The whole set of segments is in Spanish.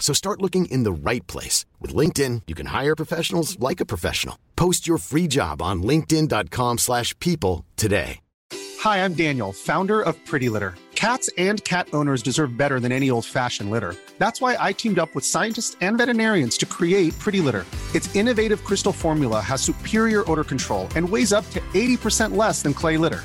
So start looking in the right place. With LinkedIn, you can hire professionals like a professional. Post your free job on linkedin.com/people slash people today. Hi, I'm Daniel, founder of Pretty Litter. Cats and cat owners deserve better than any old fashioned litter. That's why I teamed up with scientists and veterinarians to create Pretty Litter. Its innovative crystal formula has superior odor control and weighs up to 80% less than clay litter.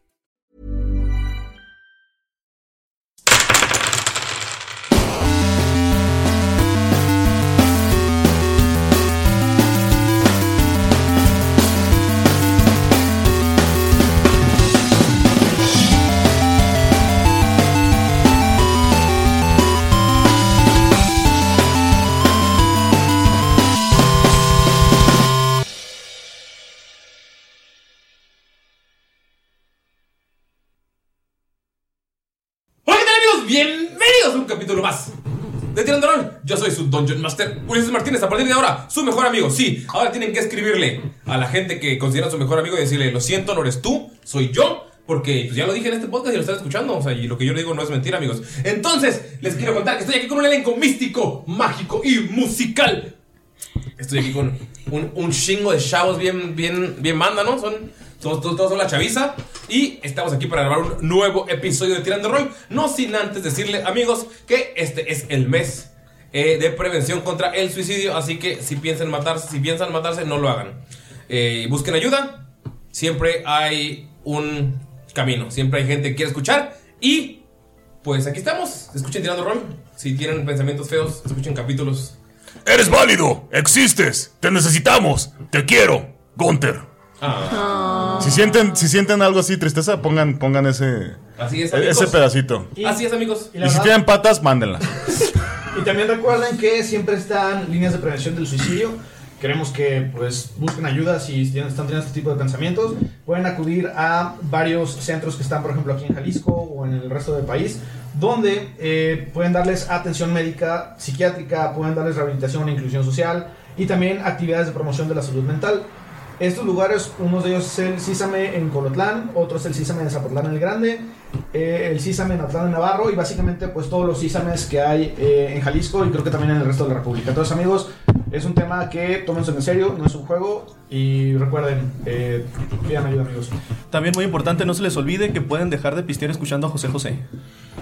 Hola, ¿qué tal amigos? Bienvenidos a un capítulo más de Tirando Rol. Yo soy su Dungeon Master, Ulises Martínez. A partir de ahora, su mejor amigo. Sí, ahora tienen que escribirle a la gente que consideran su mejor amigo y decirle, lo siento, no eres tú, soy yo. Porque pues, ya lo dije en este podcast y lo están escuchando. O sea, y lo que yo le digo no es mentira, amigos. Entonces, les quiero contar que estoy aquí con un elenco místico, mágico y musical. Estoy aquí con un, un chingo de chavos bien, bien, bien manda, ¿no? Son, todos, todos, todos son la chaviza. Y estamos aquí para grabar un nuevo episodio de Tirando Roll. No sin antes decirle, amigos, que este es el mes eh, de prevención contra el suicidio. Así que si piensan matarse, si piensan matarse, no lo hagan. Eh, busquen ayuda. Siempre hay un camino. Siempre hay gente que quiere escuchar. Y pues aquí estamos. Escuchen Tirando Roll. Si tienen pensamientos feos, escuchen capítulos. Eres válido, existes, te necesitamos, te quiero, Gunter. Si sienten, si sienten algo así, tristeza, pongan, pongan ese, Así es, amigos. ese pedacito. Así es, amigos. Y si tienen patas, mándenla. Y también recuerden que siempre están líneas de prevención del suicidio. Queremos que pues busquen ayuda si tienen- están teniendo este tipo de pensamientos. Pueden acudir a varios centros que están, por ejemplo, aquí en Jalisco o en el resto del país, donde eh, pueden darles atención médica, psiquiátrica, pueden darles rehabilitación e inclusión social y también actividades de promoción de la salud mental. Estos lugares, uno de ellos es el Sísame en Colotlán, otro es el Sísame de Zapotlán el Grande, eh, el Sísame en Atlán de Navarro y básicamente pues todos los sísames que hay eh, en Jalisco y creo que también en el resto de la República. Entonces amigos, es un tema que tómense en serio, no es un juego y recuerden, eh, pidan ayuda amigos. También muy importante, no se les olvide que pueden dejar de pistear escuchando a José José.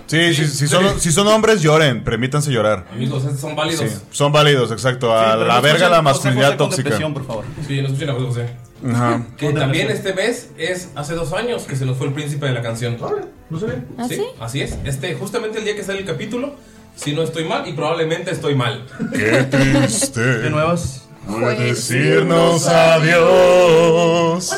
Sí, si, si son, si son hombres, lloren, permítanse llorar. Amigos, estos son válidos. Sí, son válidos, exacto. A Pero la no verga escuchen la José masculinidad José con tóxica. depresión, por favor. Sí, no escuchen a José José. Ajá. Que también este mes es hace dos años que se nos fue el príncipe de la canción. Órale, no se ve. ¿Ah, sí? Así es. Este, justamente el día que sale el capítulo, si no estoy mal, y probablemente estoy mal. Qué triste. De nuevas. Fue decirnos adiós.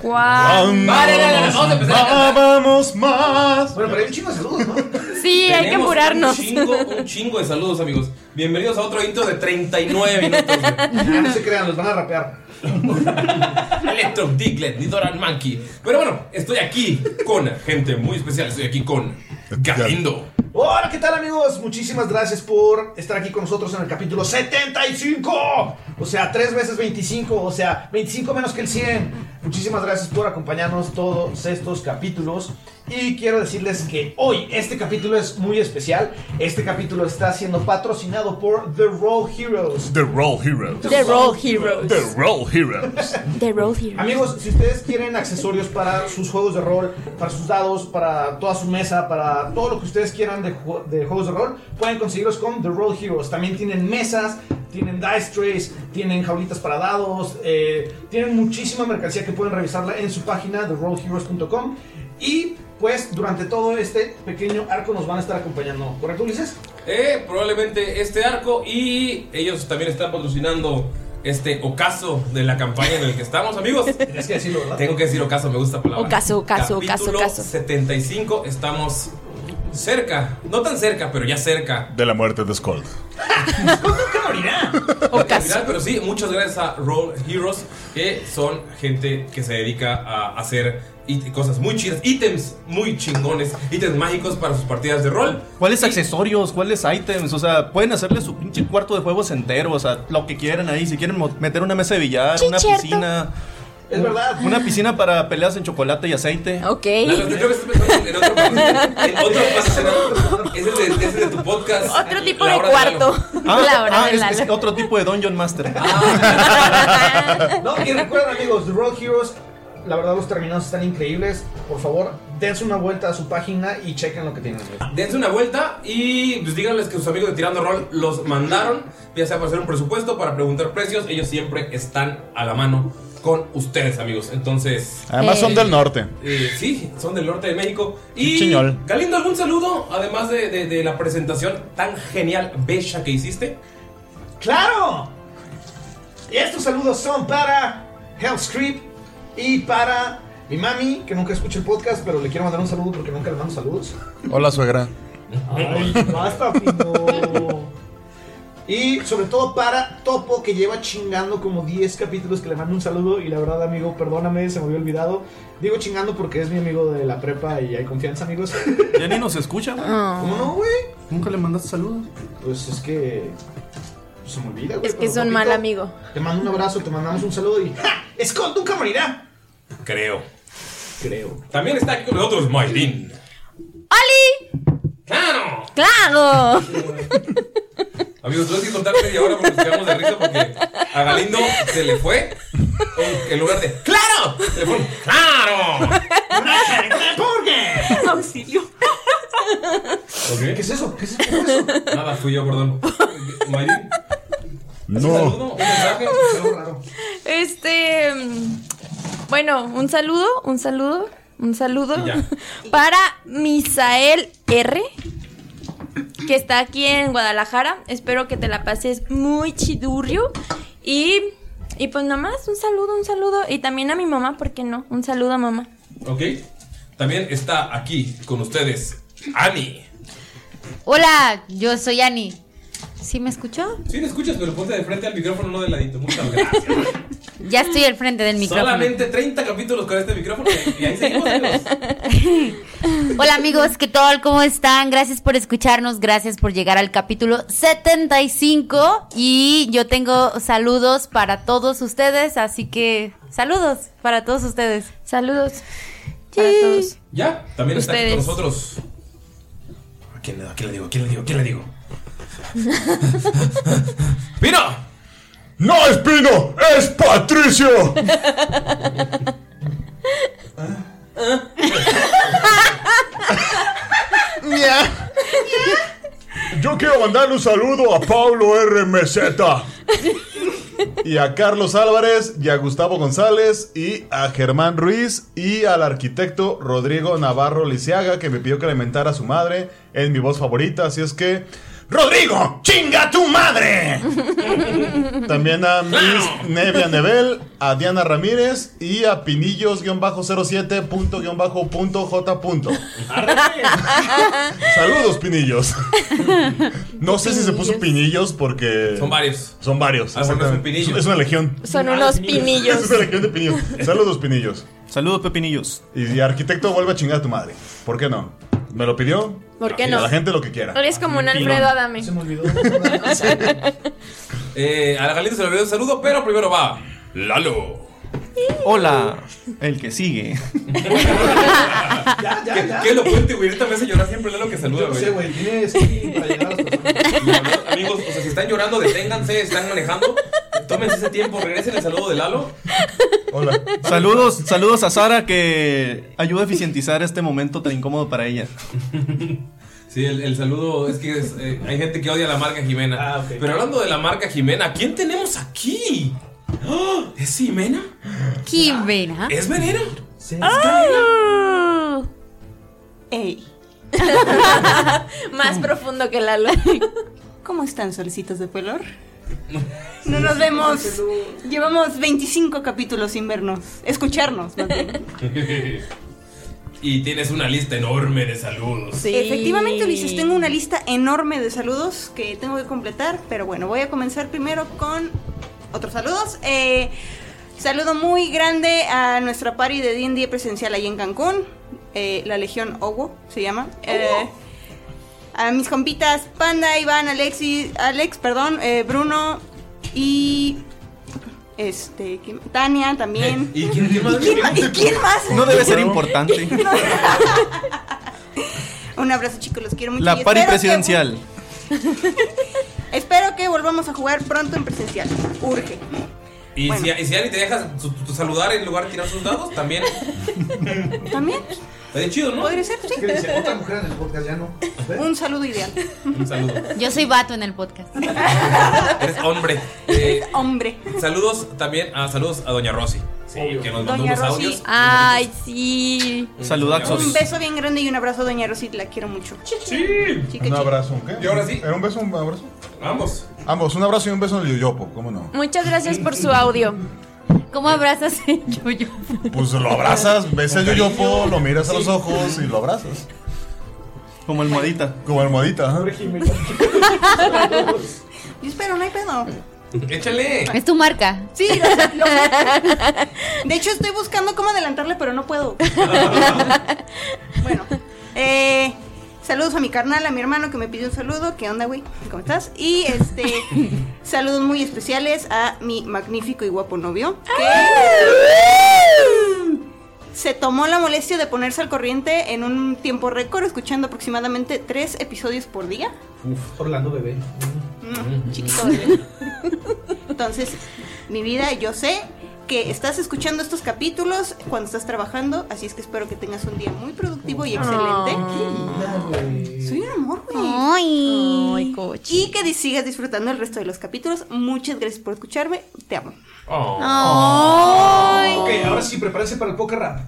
¿Cuál? Vale, vale, vale, vamos a empezar a cantar. vamos más. Bueno, pero hay un chingo de saludos, ¿no? Sí, hay que Tenemos apurarnos. Un chingo, un chingo de saludos, amigos. Bienvenidos a otro intro de 39 minutos. güey. Ah, no se crean, los van a rapear. Electro Diglett, ni Doran Monkey. Pero bueno, estoy aquí con gente muy especial. Estoy aquí con Galindo. Hola, ¿qué tal amigos? Muchísimas gracias por estar aquí con nosotros en el capítulo 75. O sea, 3 veces 25, o sea, 25 menos que el 100. Muchísimas gracias por acompañarnos todos estos capítulos. Y quiero decirles que hoy este capítulo es muy especial. Este capítulo está siendo patrocinado por The Roll Heroes. The Roll Heroes. The Roll Heroes. The Roll Heroes. The Roll Heroes. Amigos, si ustedes quieren accesorios para sus juegos de rol, para sus dados, para toda su mesa, para todo lo que ustedes quieran de, ju- de juegos de rol, pueden conseguirlos con The Roll Heroes. También tienen mesas, tienen dice trays, tienen jaulitas para dados, eh, tienen muchísima mercancía que pueden revisarla en su página therollheroes.com y pues durante todo este pequeño arco nos van a estar acompañando, ¿correcto Ulises? Eh, probablemente este arco y ellos también están patrocinando este ocaso de la campaña en el que estamos, amigos. Tienes que decirlo, ¿verdad? Tengo que decir ocaso, me gusta la palabra. Ocaso, ocaso, ocaso, Capítulo ocaso. 75, estamos cerca, no tan cerca, pero ya cerca. De la muerte de Skull. Ocaso. Final, pero sí, muchas gracias a Roll Heroes, que son gente que se dedica a hacer it- cosas muy chidas, ítems muy chingones, ítems mágicos para sus partidas de rol. ¿Cuáles accesorios? ¿Cuáles ítems? O sea, pueden hacerle su pinche cuarto de juegos entero. O sea, lo que quieran ahí. Si quieren mo- meter una mesa de billar, una Chicherto. piscina. Es verdad. Una piscina para peleas en chocolate y aceite. Ok. Lalo, yo creo que estás pensando en otro paso. En otro paso, es el de, es el de tu podcast. Otro tipo La de hora cuarto. Lalo. La hora ah, de es, es Lalo. otro tipo de Dungeon Master. No, y recuerden amigos, The Road Heroes, la verdad los terminados están increíbles. Por favor, dense una vuelta a su página y chequen lo que tienen. Dense una vuelta y pues, díganles que sus amigos de Tirando Roll los mandaron, ya sea para hacer un presupuesto, para preguntar precios. Ellos siempre están a la mano con ustedes, amigos. Entonces, Además son Eh. del norte. eh, sí, son del norte de México. Y Chiñol. Galindo, ¿algún saludo? Además de, de- de la presentación tan genial, bella que hiciste. ¡Claro! Y estos saludos son para Hell's Creep y para mi mami, que nunca escucha el podcast, pero le quiero mandar un saludo porque nunca le mando saludos. Hola, suegra. Ay, basta, Pino. Y sobre todo para Topo, que lleva chingando como 10 capítulos, que le mando un saludo. Y la verdad, amigo, perdóname, se me había olvidado. Digo chingando porque es mi amigo de la prepa y hay confianza, amigos. Ya ni nos escucha, güey. ¿Cómo no, güey? Nunca le mandaste saludos. Pues es que. Se me olvida, güey. Es que pero, es un papito, mal amigo. Te mando un abrazo, te mandamos un saludo y. ¡Ja! ¡Scott nunca morirá! Creo. Creo. También está aquí con nosotros Maylin. ¡Ali! ¡Claro! ¡Claro! Amigos, tuve que contar media hora porque nos quedamos de risa porque a Galindo se le fue en- en lugar de ¡Claro! Se le fue un ¡Claro! ¿Qué ¡Auxilio! Ok, es eso? ¿Qué es qué es eso? Nada, fui yo, perdón. Mayrin, ¿un No. saludo? ¿Un mensaje? Es algo raro. Este. mm, Bueno, un saludo, un saludo, un saludo Y ya. para Misael R. Que está aquí en Guadalajara. Espero que te la pases muy chidurrio. Y, y pues nomás, un saludo, un saludo. Y también a mi mamá, ¿por qué no? Un saludo, mamá. Ok. También está aquí con ustedes Ani. Hola, yo soy Ani. ¿Sí me escuchó? Si no escuchas, pero ponte de frente al micrófono, no de ladito. Muchas gracias. Ya estoy al frente del micrófono. Solamente 30 capítulos con este micrófono y ahí seguimos. amigos. Hola amigos, ¿qué tal? ¿Cómo están? Gracias por escucharnos, gracias por llegar al capítulo 75 y yo tengo saludos para todos ustedes, así que saludos para todos ustedes. Saludos para todos. Ya, también está aquí con Ustedes. nosotros. ¿A quién le, a quién le digo? ¿A quién le digo? ¿A quién le digo? ¡Pino! ¡No es Pino! ¡Es Patricio! Ña. Yo quiero mandarle un saludo a Pablo RMZ y a Carlos Álvarez y a Gustavo González y a Germán Ruiz y al arquitecto Rodrigo Navarro Lisiaga que me pidió que le mentara a su madre en mi voz favorita, así es que Rodrigo, chinga tu madre. También a Miss Nevia Nebel, a Diana Ramírez y a pinillos-07.-j. Saludos, pinillos. No sé si se puso pinillos porque. Son varios. Son varios. Ah, bueno, es un exactamente. pinillo. Es una legión. Son unos pinillos. Es una legión de pinillos. Saludos, pinillos. Saludos, Pepinillos. Y si arquitecto, vuelve a chingar a tu madre. ¿Por qué no? Me lo pidió. ¿Por qué Y no? A la gente lo que quiera. Tú eres como un Alfredo Adame. Se me olvidó. Eh, a la Galindo se le olvidó un saludo, pero primero va Lalo. Hola, el que sigue. Ya, ya, ya. ¿Qué lo puente, güey? Ahorita me hace llorar siempre lo que saluda, Yo no güey. sé, güey. Tienes sí, para llegar a los Amigos, o sea, si están llorando, deténganse, están manejando. Tómense ese tiempo, regresen el saludo de Lalo. Hola. Saludos, saludos a Sara que ayuda a eficientizar este momento tan incómodo para ella. Sí, el, el saludo es que es, eh, hay gente que odia la marca Jimena. Ah, ok. Pero hablando de la marca Jimena, ¿quién tenemos aquí? ¡Ah! ¿Es Jimena? Jimena. ¿Es Venera? Ey, Más profundo que la luz. ¿cómo están, solecitos de color? No nos vemos. Llevamos 25 capítulos sin vernos. Escucharnos, más bien. y tienes una lista enorme de saludos. Efectivamente, Ulises, tengo una lista enorme de saludos que tengo que completar, pero bueno, voy a comenzar primero con otros saludos. Eh, saludo muy grande a nuestra party de D&D presencial ahí en Cancún, eh, la Legión Owo se llama. Eh, a mis compitas Panda, Iván, Alexis, Alex, perdón, eh, Bruno y este ¿quién? Tania también. ¿Y quién, quién más? ¿Y quién más? ¿Y quién más? No debe ser importante. Un abrazo chicos, los quiero mucho. y La espero pari que- presidencial. Espero que volvamos a jugar pronto en presencial. Urge. Y, Bueno. si, y si Ani te deja su- tu- tu saludar en lugar de tirar sus dados, también. También Está chido, ¿no? podría ser, sí. que dice, otra mujer en el podcast ya no. ¿Ves? Un saludo ideal. Un saludo. Yo soy vato en el podcast. Eres hombre. Eh, Hombre. saludos también a saludos a Doña Rosy. que nos mandó Doña unos Rosy. audios. Ay, sí. Saludaxos. Un beso bien grande y un abrazo, doña Rosita. La quiero mucho. Sí. Chica, Un chica. abrazo, ¿qué? ¿Y ahora sí? ¿Era un beso, un abrazo? Vamos. Ambos, un abrazo y un beso en el yoyopo, ¿cómo no? Muchas gracias por su audio. ¿Cómo abrazas el yoyo? Pues lo abrazas, ves el yoyopo, lo miras a los ojos y lo abrazas. Como almohadita. Como almohadita, ajá. Yo espero, no hay pedo. Échale. Es tu marca. Sí, lo- lo- De hecho, estoy buscando cómo adelantarle, pero no puedo. Bueno. eh, Saludos a mi carnal, a mi hermano que me pidió un saludo. ¿Qué onda, güey? ¿Cómo estás? Y este saludos muy especiales a mi magnífico y guapo novio. Eh. Se tomó la molestia de ponerse al corriente en un tiempo récord, escuchando aproximadamente tres episodios por día. Orlando bebé. Mm, chiquito bebé. Entonces, mi vida, yo sé que estás escuchando estos capítulos cuando estás trabajando, así es que espero que tengas un día muy productivo y excelente. Soy un amor, güey. Ay, coche. Y que dis- sigas disfrutando el resto de los capítulos. Muchas gracias por escucharme. Te amo. Ok, ahora sí, prepárense para el poker rap.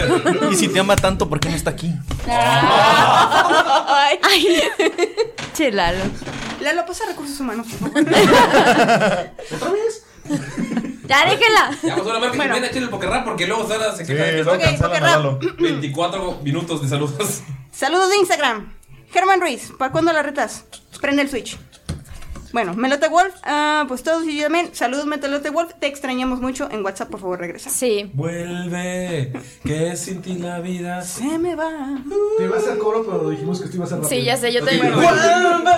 Y si te ama tanto, ¿por qué no está aquí? Ay. Chelalo. Lalo, pasa recursos humanos, por favor. Ya déjela. Ya pasó la marca Bueno. Jimena, échale el pokerrap porque luego Sara se Sí, queja de luego Ok, cancelan porque a Lalo. 24 minutos de saludos. Saludos de Instagram. Germán Ruiz, ¿para cuándo la retas? Prende el switch. Bueno, Melote Wolf, ah, pues todos y yo también. Saludos, Melote Wolf. Te extrañamos mucho. En WhatsApp, por favor, regresa. Sí. Vuelve, que sin ti la vida. Se me va. Te iba a hacer coro, pero dijimos que te iba a hacer rápido. Sí, ya sé, yo Ok, también. bueno,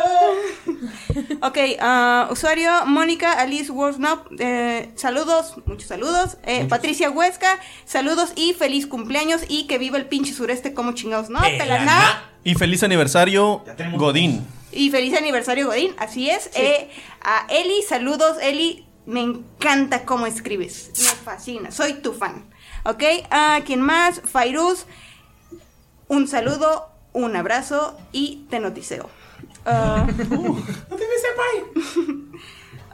Ok, ah, usuario Mónica Alice Wolfnop. saludos, muchos saludos. Eh, Patricia Huesca, saludos y feliz cumpleaños. Y que viva el pinche sureste, como chingados, ¿no? Pelaná. Y feliz aniversario, Godín. Y feliz aniversario, Godín. Así es. Eh, a Eli, saludos, Eli. Me encanta cómo escribes. Me fascina. Soy tu fan. Ok, ah, ¿quién más? Fairuz. Un saludo, un abrazo y te noticeo. Ah,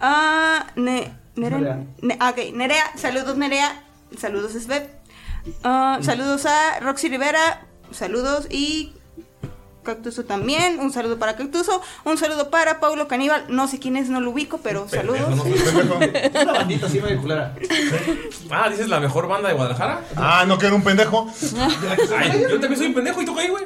Ah, ne, Nerea. Nerea. Ne- ah, ok, Nerea. Saludos, Nerea. Saludos, Sveb. Ah, saludos a Roxy Rivera. Saludos y. Cactuso también. Un saludo para Cactuso. Un saludo para Paulo Caníbal. No sé quién es, no lo ubico, pero saludos. Pendejo. Una bandita así manipulara. Ah, dices la mejor banda de Guadalajara. Ah, no, que era un pendejo. Ay, yo también soy un pendejo y toco ahí, güey.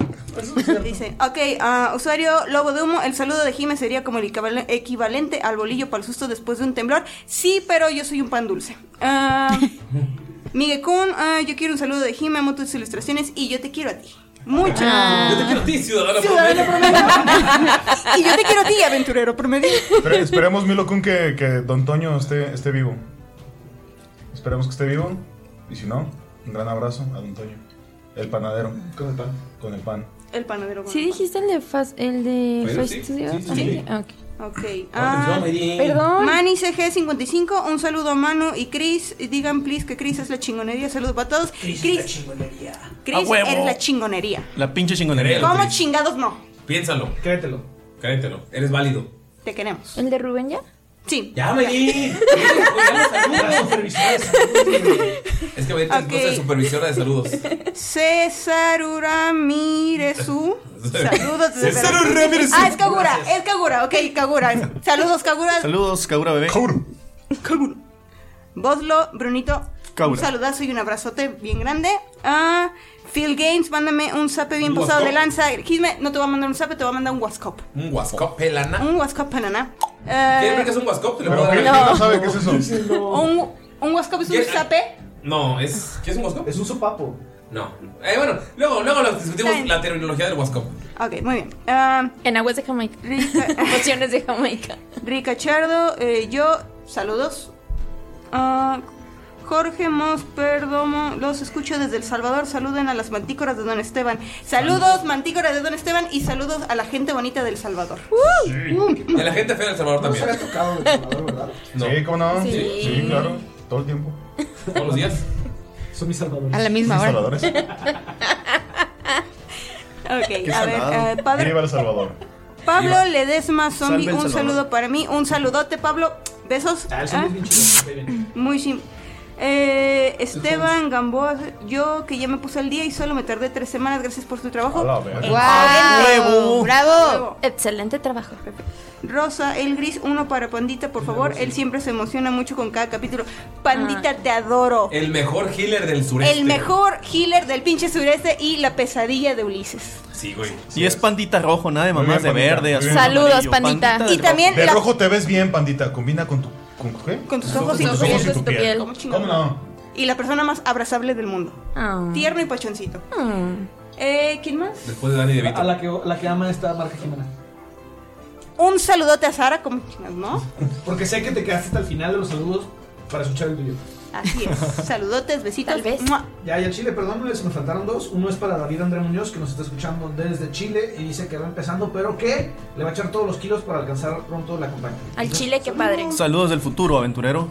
Dice, ok, ah, usuario Lobo de Humo, el saludo de Jime sería como el equivalen- equivalente al bolillo para el susto después de un temblor. Sí, pero yo soy un pan dulce. Ah, Miguel Kun, ah, yo quiero un saludo de Jime, amo tus ilustraciones y yo te quiero a ti. Mucho. Ah. Yo te quiero a ti, ciudadana. Ciudadano promedio. promedio. y yo te quiero a ti, aventurero promedio. Espere- esperemos, Milo Kun, que, que Don Toño esté, esté vivo. Esperemos que esté vivo. Y si no, un gran abrazo a Don Toño. El panadero. Con el pan. Con el pan. El panadero. ¿Sí dijiste el de, fast, el de Bueno, Fast sí, Studio? sí, sí, sí. Ah, ok. Ok. Ah, Mary. perdón. Manny CG55, un saludo a Manu y Chris. Y Digan, please, que Chris es la chingonería. Saludos para todos. Chris, Chris ¡A huevo! eres la chingonería. La pinche chingonería. ¿Cómo chingados no? Piénsalo. Créetelo. Créetelo. Eres válido. Te queremos. ¿El de Rubén ya? Sí. Ya pues, me di. Es que me dicen Ok. cosa de supervisora de saludos. César Uramiresu. Saludos desde César Veracruz. Uramiresu. Ah, es Kagura, es Kagura, ok, Kagura. Saludos, Kagura. Saludos, Kaura bebé. Boslo, Brunito. Un Kagura. saludazo y un abrazote bien grande. Ah, Phil Gaines, mándame un zape bien ¿Un pasado de WhatsApp? lanza. Gizme, no te va a mandar un zape, te va a mandar un WhatsApp. Un guascop pelana. Un WhatsApp panana. ¿Quieren ver Eh, qué es un guascop? ¿Te lo Pero puedo ¿quién dar? no sabe qué es eso? un, un WhatsApp es un ¿Qué? zape. No, es. ¿Qué es un guascop? Es un sopapo. No. Eh, bueno, luego, luego lo discutimos Está la terminología del guascop. Ok, muy bien. Ah, En aguas de Jamaica. Pociones de Jamaica. Ricachardo, eh, yo, saludos. Ah, Jorge Mos Perdomo, los escucho desde El Salvador. Saluden a las mantícoras de Don Esteban. Saludos, mantícoras de Don Esteban, y saludos a la gente bonita del Salvador. Y a la gente fea del Salvador No se también. había tocado el Salvador, ¿verdad? No. Sí, ¿cómo no? Sí. sí, claro. Todo el tiempo. Todos los días. Son mis salvadores. A la misma Mis hora. salvadores. Ok, Qué a ver, salado. eh, padre- Viva El Salvador. Pablo Viva. Ledesma Zombie, Salve El un Salvador. saludo para mí, un saludote, Pablo. Besos. Ah, el Ah, zombie es bien chido, cae bien. Muy sim. Eh, Esteban Gamboa, yo que ya me puse al día y solo me tardé tres semanas, gracias por tu trabajo. A la verga. ¡Wow! ¡Bravo! Excelente trabajo. Rosa, el gris, uno para Pandita, por favor. Él siempre se emociona mucho con cada capítulo. Pandita, te adoro. El, El mejor healer del sureste. Este. mejor healer del pinche sureste y la pesadilla de Ulises. Sí, güey. Y es pandita rojo, nada de Muy mamás de bien, pandita. verde. Muy azul, bien. Saludos, amarillo, pandita. del Y también De la- rojo te ves bien, pandita. Combina con tu. ¿Con qué? con tus ojos y Con tu tus piel. ojos y tu piel. ¿Cómo chingado? ¿Cómo no? Y la persona más abrazable del mundo. Ah. Tierno y pachoncito. Hmm. Eh, ¿Quién más? Después de Dani de A Vito. la que, la que ama esta marca Jimena. Un saludote a Sara, como chingas, ¿no? Porque sé que te quedaste hasta el final de los saludos para escuchar el tuyo. Así es. Saludotes, besitos. Tal vez. ¡Mua! Ya, y al Chile, perdón, les me faltaron dos. Uno es para David André Muñoz, que nos está escuchando desde Chile y dice que va empezando, pero que le va a echar todos los kilos para alcanzar pronto la compañía. Al chile, qué padre. Hmm. Saludos del futuro, aventurero.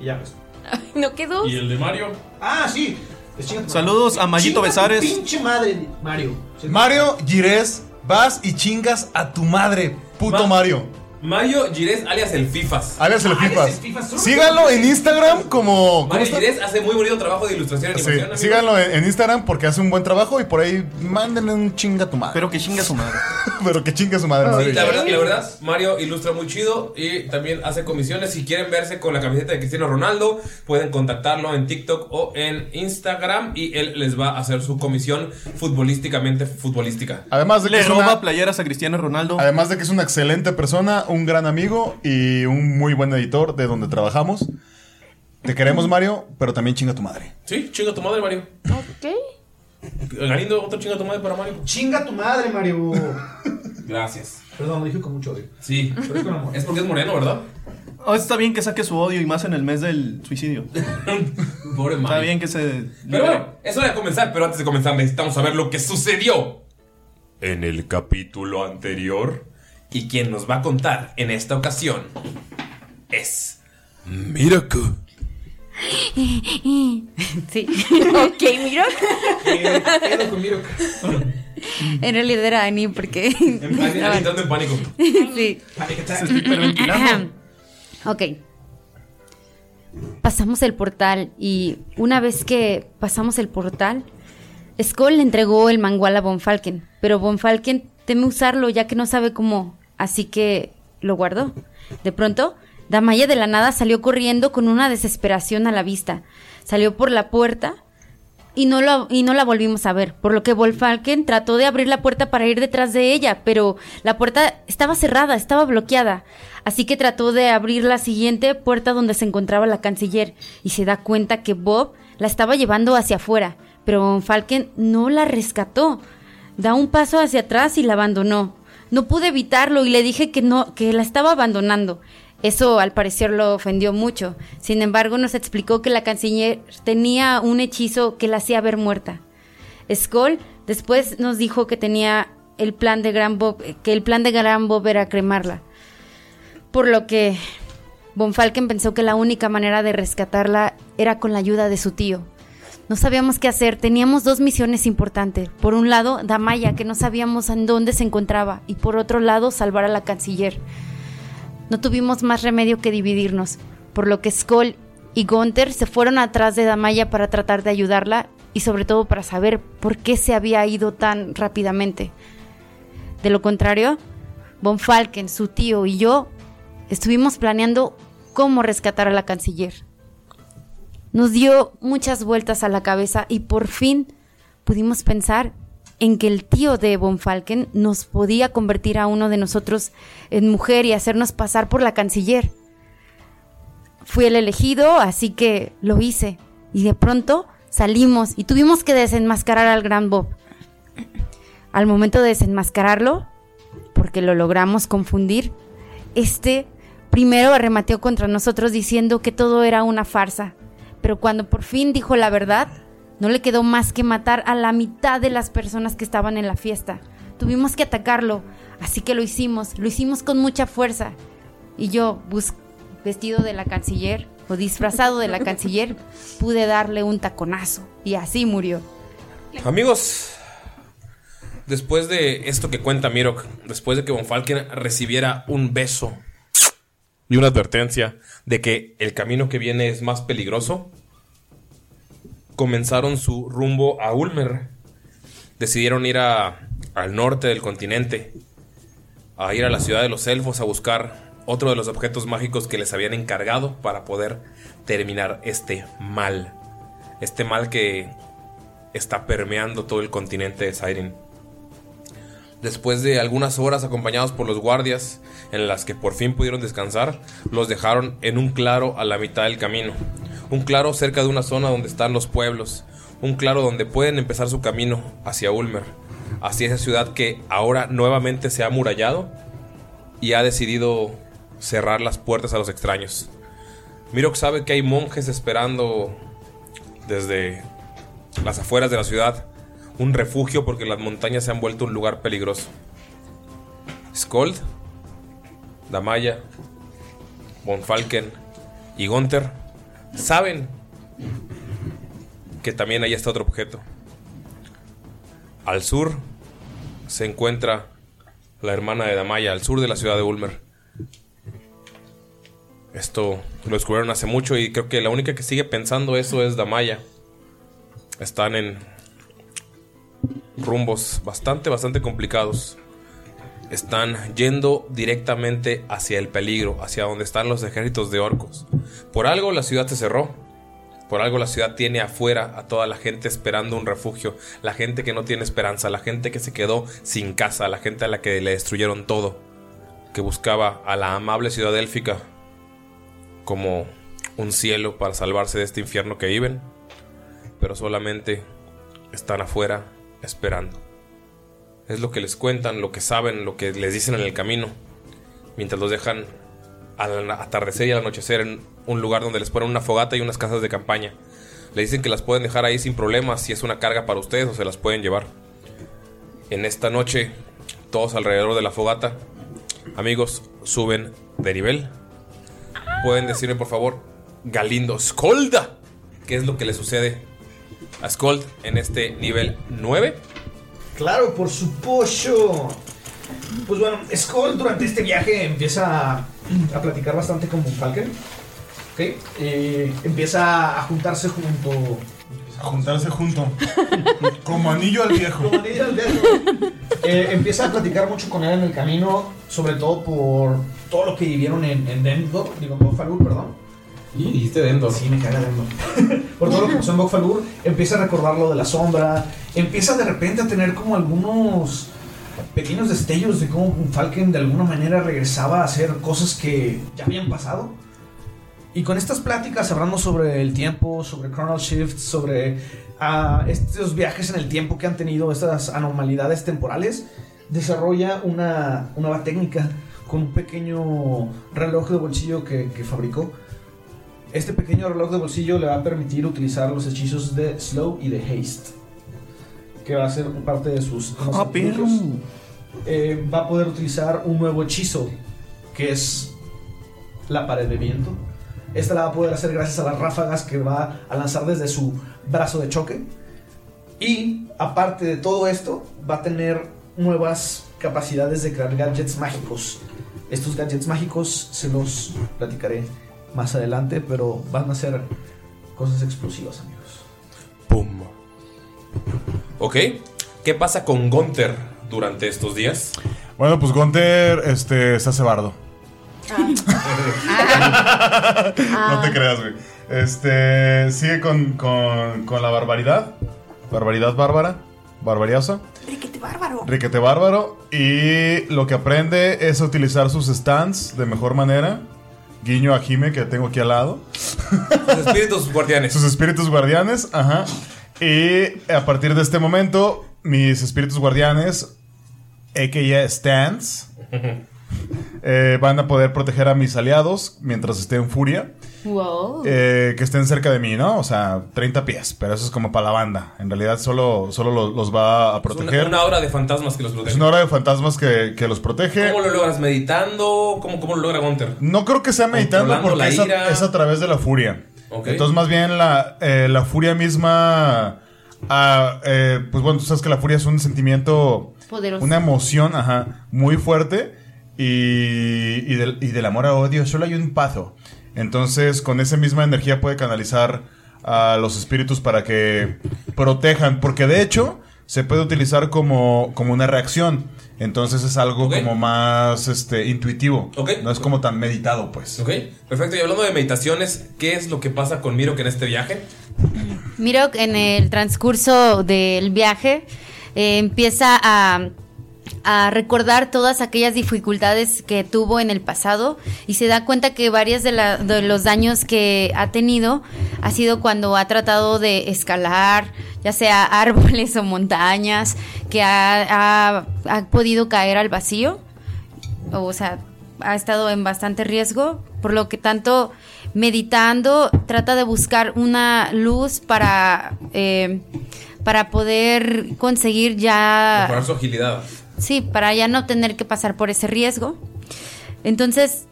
Y ya ves. Ay, no quedó. Y el de Mario. Ah, sí. Es chinga tu madre. Saludos a Mayito Chinga tu Besares. Pinche madre, Mario. Sí. Mario Gires, vas y chingas a tu madre, puto Ma- Mario. Mario Gires alias el Fifas. Alias el Ah, alias Fifas. el Fifas, solo Síganlo que- en Instagram como. ¿cómo Mario está? Gires hace muy bonito trabajo de ilustración y Sí, animación. amigos. síganlo en, en Instagram porque hace un buen trabajo y por ahí mándenle un chinga a tu madre. Pero que chinga su madre. Pero que chingue a su madre, Mario. Sí, la verdad, la verdad, Mario ilustra muy chido y también hace comisiones. Si quieren verse con la camiseta de Cristiano Ronaldo, pueden contactarlo en TikTok o en Instagram y él les va a hacer su comisión futbolísticamente futbolística. Ah. Además de que Le es roba una- playeras a Cristiano Ronaldo. Además de que es una excelente persona, un gran amigo y un muy buen editor de donde trabajamos. Te queremos, Mario, pero también chinga tu madre. Sí, chinga tu madre, Mario. Ok. Galindo, otro chinga tu madre para Mario. Chinga tu madre, Mario. Gracias. perdón, lo dije con mucho odio. Sí. Pero es con amor. Es porque es moreno, ¿verdad? Oh, está bien que saque su odio y más en el mes del suicidio. Pobre Mario. Está bien que se. Pero bueno, es hora de comenzar, pero antes de comenzar necesitamos saber lo que sucedió en el capítulo anterior. Y quien nos va a contar en esta ocasión es Miracle. Sí. Ok, mira. Eh, Quedo con Miro. En realidad era Ani porque. Entrando en pánico. sí. Vale, ¿qué Se tal? está hiperventilando. Ok. Pasamos el portal y una vez que pasamos el portal, Skoll le entregó el mangual a Von Falken, pero Von Falken teme usarlo ya que no sabe cómo, así que lo guardó. De pronto, Damaya de la nada salió corriendo con una desesperación a la vista. Salió por la puerta y no, lo- y no la volvimos a ver, por lo que Volfalken trató de abrir la puerta para ir detrás de ella, pero la puerta estaba cerrada, estaba bloqueada. Así que trató de abrir la siguiente puerta donde se encontraba la canciller y se da cuenta que Bob la estaba llevando hacia afuera, pero Volfalken no la rescató. Da un paso hacia atrás y la abandonó. No pude evitarlo y le dije que no, que la estaba abandonando. Eso al parecer lo ofendió mucho. Sin embargo, nos explicó que la canciller tenía un hechizo que la hacía ver muerta. Skoll después nos dijo que tenía el plan de Gran Bob, que el plan de Gran Bob era cremarla. Por lo que Von Falken pensó que la única manera de rescatarla era con la ayuda de su tío. No sabíamos qué hacer, teníamos dos misiones importantes. Por un lado, Damaya, que no sabíamos en dónde se encontraba, y por otro lado, salvar a la canciller. No tuvimos más remedio que dividirnos, por lo que Skoll y Gunther se fueron atrás de Damaya para tratar de ayudarla y sobre todo para saber por qué se había ido tan rápidamente. De lo contrario, Von Falken, su tío y yo estuvimos planeando cómo rescatar a la canciller. Nos dio muchas vueltas a la cabeza y por fin pudimos pensar en que el tío de Von Falken nos podía convertir a uno de nosotros en mujer y hacernos pasar por la canciller. Fui el elegido, así que lo hice. Y de pronto salimos y tuvimos que desenmascarar al gran Bob. Al momento de desenmascararlo, porque lo logramos confundir, este primero arremateó contra nosotros diciendo que todo era una farsa. Pero cuando por fin dijo la verdad, no le quedó más que matar a la mitad de las personas que estaban en la fiesta. Tuvimos que atacarlo, así que lo hicimos, lo hicimos con mucha fuerza. Y yo, bus- vestido de la canciller o disfrazado de la canciller, pude darle un taconazo y así murió. Amigos, después de esto que cuenta Mirok, después de que Von Falken recibiera un beso y una advertencia de que el camino que viene es más peligroso, comenzaron su rumbo a Ulmer. Decidieron ir a- al norte del continente, a ir a la ciudad de los elfos a buscar otro de los objetos mágicos que les habían encargado para poder terminar este mal. Este mal que está permeando todo el continente de Siren. Después de algunas horas acompañados por los guardias, en las que por fin pudieron descansar, los dejaron en un claro a la mitad del camino. Un claro cerca de una zona donde están los pueblos. Un claro donde pueden empezar su camino hacia Ulmer. Hacia esa ciudad que ahora nuevamente se ha amurallado y ha decidido cerrar las puertas a los extraños. Mirok sabe que hay monjes esperando desde las afueras de la ciudad, un refugio porque las montañas se han vuelto un lugar peligroso. Skold, Damaya, Von Falken y Gunther saben que también hay este otro objeto. Al sur se encuentra la hermana de Damaya, al sur de la ciudad de Ulmer. Esto lo descubrieron hace mucho y creo que la única que sigue pensando eso es Damaya están en rumbos bastante, bastante complicados. Están yendo directamente hacia el peligro, hacia donde están los ejércitos de orcos. Por algo la ciudad se cerró. Por algo la ciudad tiene afuera a toda la gente esperando un refugio, la gente que no tiene esperanza, la gente que se quedó sin casa, la gente a la que le destruyeron todo, que buscaba a la amable ciudad élfica como un cielo para salvarse de este infierno que viven pero solamente están afuera esperando. Es lo que les cuentan, lo que saben, lo que les dicen en el camino, mientras los dejan al atardecer y al anochecer en un lugar donde les ponen una fogata y unas casas de campaña. Le dicen que las pueden dejar ahí sin problemas si es una carga para ustedes o se las pueden llevar. En esta noche, todos alrededor de la fogata, amigos, suben de nivel. Pueden decirme por favor, Galindo Skolda, qué es lo que le sucede a Skold en este nivel 9. Claro, por su pollo. Pues bueno, Skull durante este viaje empieza a, a platicar bastante con Falken. ¿Ok? Eh, empieza a juntarse junto. A juntarse junto. Como anillo al viejo. Como anillo al viejo. Eh, empieza a platicar mucho con él en el camino, sobre todo por todo lo que vivieron en, en Dendor, digo, en Bokfalur, perdón. Y dijiste Dendor. Sí, me caga Dendor. por todo lo que pasó en Bokfalur, empieza a recordar lo de la sombra, empieza de repente a tener como algunos pequeños destellos de cómo Falken de alguna manera regresaba a hacer cosas que ya habían pasado. Y con estas pláticas hablamos sobre el tiempo, sobre Chronal Shift, sobre ah, estos viajes en el tiempo que han tenido, estas anomalidades temporales, desarrolla una, una nueva técnica, con un pequeño reloj de bolsillo que, que fabricó. Este pequeño reloj de bolsillo le va a permitir utilizar los hechizos de Slow y de Haste, que va a ser parte de sus. Ah, perro. Eh, va a poder utilizar un nuevo hechizo, que es la pared de viento. Esta la va a poder hacer gracias a las ráfagas que va a lanzar desde su brazo de choque. Y aparte de todo esto, va a tener nuevas capacidades de crear gadgets mágicos. Estos gadgets mágicos se los platicaré más adelante, pero van a ser cosas explosivas, amigos. ¡Pum! Ok. ¿Qué pasa con Gunther durante estos días? Bueno, pues Gunter este, se hace bardo. Ah. no te creas, güey. Este, sigue con, con, con la barbaridad. Barbaridad bárbara. Barbariosa. Riquete bárbaro. Riquete bárbaro. Y lo que aprende es a utilizar sus stands de mejor manera. Guiño a Jime que tengo aquí al lado. Sus espíritus guardianes. Sus espíritus guardianes, ajá. Y a partir de este momento, mis espíritus guardianes, ya stands, eh, van a poder proteger a mis aliados mientras esté en furia. Wow. eh, que estén cerca de mí, ¿no? O sea, 30 pies, pero eso es como para la banda. En realidad solo, solo lo- los, va a Una, proteger. una hora de fantasmas que los Es protegen. una hora de fantasmas que, que los protege. ¿Cómo lo logras? ¿Meditando? ¿Cómo, cómo lo logra Gunther? No creo que sea meditando Controlando porque la es a, ira. es a través de la furia. Ok. Entonces, más bien la, eh, la furia misma. ah, eh, pues bueno, tú sabes que la furia es un sentimiento. Poderoso. Una emoción, ajá, muy fuerte. Y, y del, y del amor a odio solo hay un paso. Entonces, con esa misma energía puede canalizar a los espíritus para que protejan. Porque de hecho, se puede utilizar como, como una reacción. Entonces es algo como más este, intuitivo. No es como tan meditado, pues. Ok, perfecto. Y hablando de meditaciones, ¿qué es lo que pasa con Miro que en este viaje? Miro en el transcurso del viaje eh, empieza a, a recordar todas aquellas dificultades que tuvo en el pasado y se da cuenta que varios de, la- de los daños que ha tenido ha sido cuando ha tratado de escalar, ya sea árboles o montañas, que ha, ha- ha podido caer al vacío. O sea, ha estado en bastante riesgo, por lo que tanto meditando, trata de buscar una luz para, eh, para poder conseguir ya... Mejorar su agilidad. Sí, para ya no tener que pasar por ese riesgo. Entonces,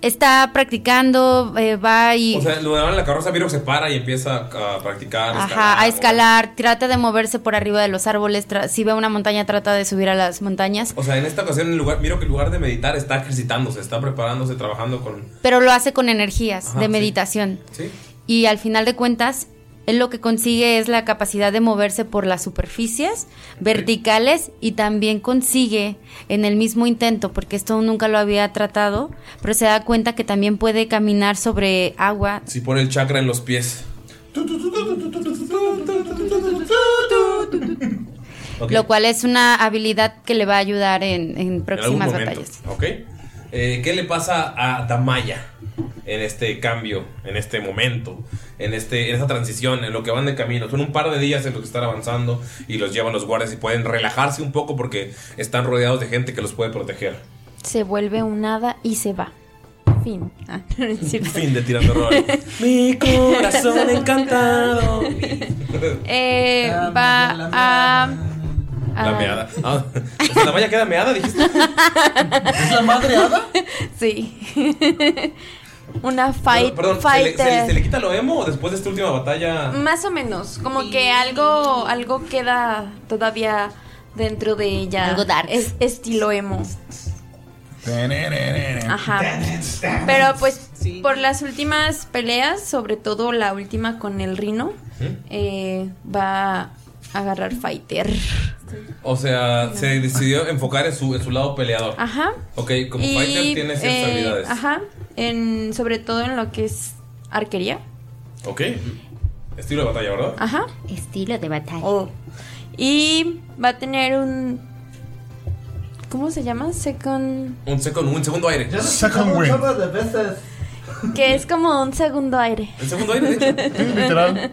está practicando, eh, va y... O sea, lo daban en la carroza, Miro se para y empieza a practicar. Ajá, a escalar, trata de moverse por arriba de los árboles, tra- si ve una montaña trata de subir a las montañas, O sea, en esta ocasión, en lugar, Miro que en lugar de meditar está ejercitándose, está preparándose, trabajando con. pero lo hace con energías Ajá, de sí. meditación. ¿Sí? y al final de cuentas él lo que consigue es la capacidad de moverse por las superficies verticales y también consigue en el mismo intento, porque esto nunca lo había tratado, pero se da cuenta que también puede caminar sobre agua. Si pone el chakra en los pies. Ok. Lo cual es una habilidad que le va a ayudar en, en En algún próximas momento. batallas. Ok. Eh, ¿Qué le pasa a Damaya en este cambio, en este momento, en, este, en esta transición, en lo que van de camino? Son un par de días en los que están avanzando y los llevan los guardias y pueden relajarse un poco porque están rodeados de gente que los puede proteger. Se vuelve un hada y se va. Fin. Ah, no es cierto. Fin de tirando rol. Mi corazón encantado. Eh, va a... La meada. Ah, o sea, Damaya queda meada, dijiste. ¿Es la madreada? Sí. Una fight, Perdón, ¿se le, fighter. Mm. se le- se le quita lo emo después de esta última batalla? Más o menos, como que algo, algo queda todavía dentro de ella. Algo dark. Es estilo emo. Ajá. Pero pues por las últimas peleas, sobre todo la última con el rino, eh, va a agarrar fighter. O sea, se decidió enfocar en su, en su lado peleador. Mm. Ajá. Ok, como Y, fighter tiene ciertas eh, habilidades. Ajá. En, sobre todo en lo que es arquería. Ok. Estilo de batalla, ¿verdad? Ajá. Oh. Estilo de batalla. Y va a tener un. ¿Cómo se llama? Second. Un, second, un segundo aire. Second win. Que es como un segundo aire. El segundo aire, de hecho. literal.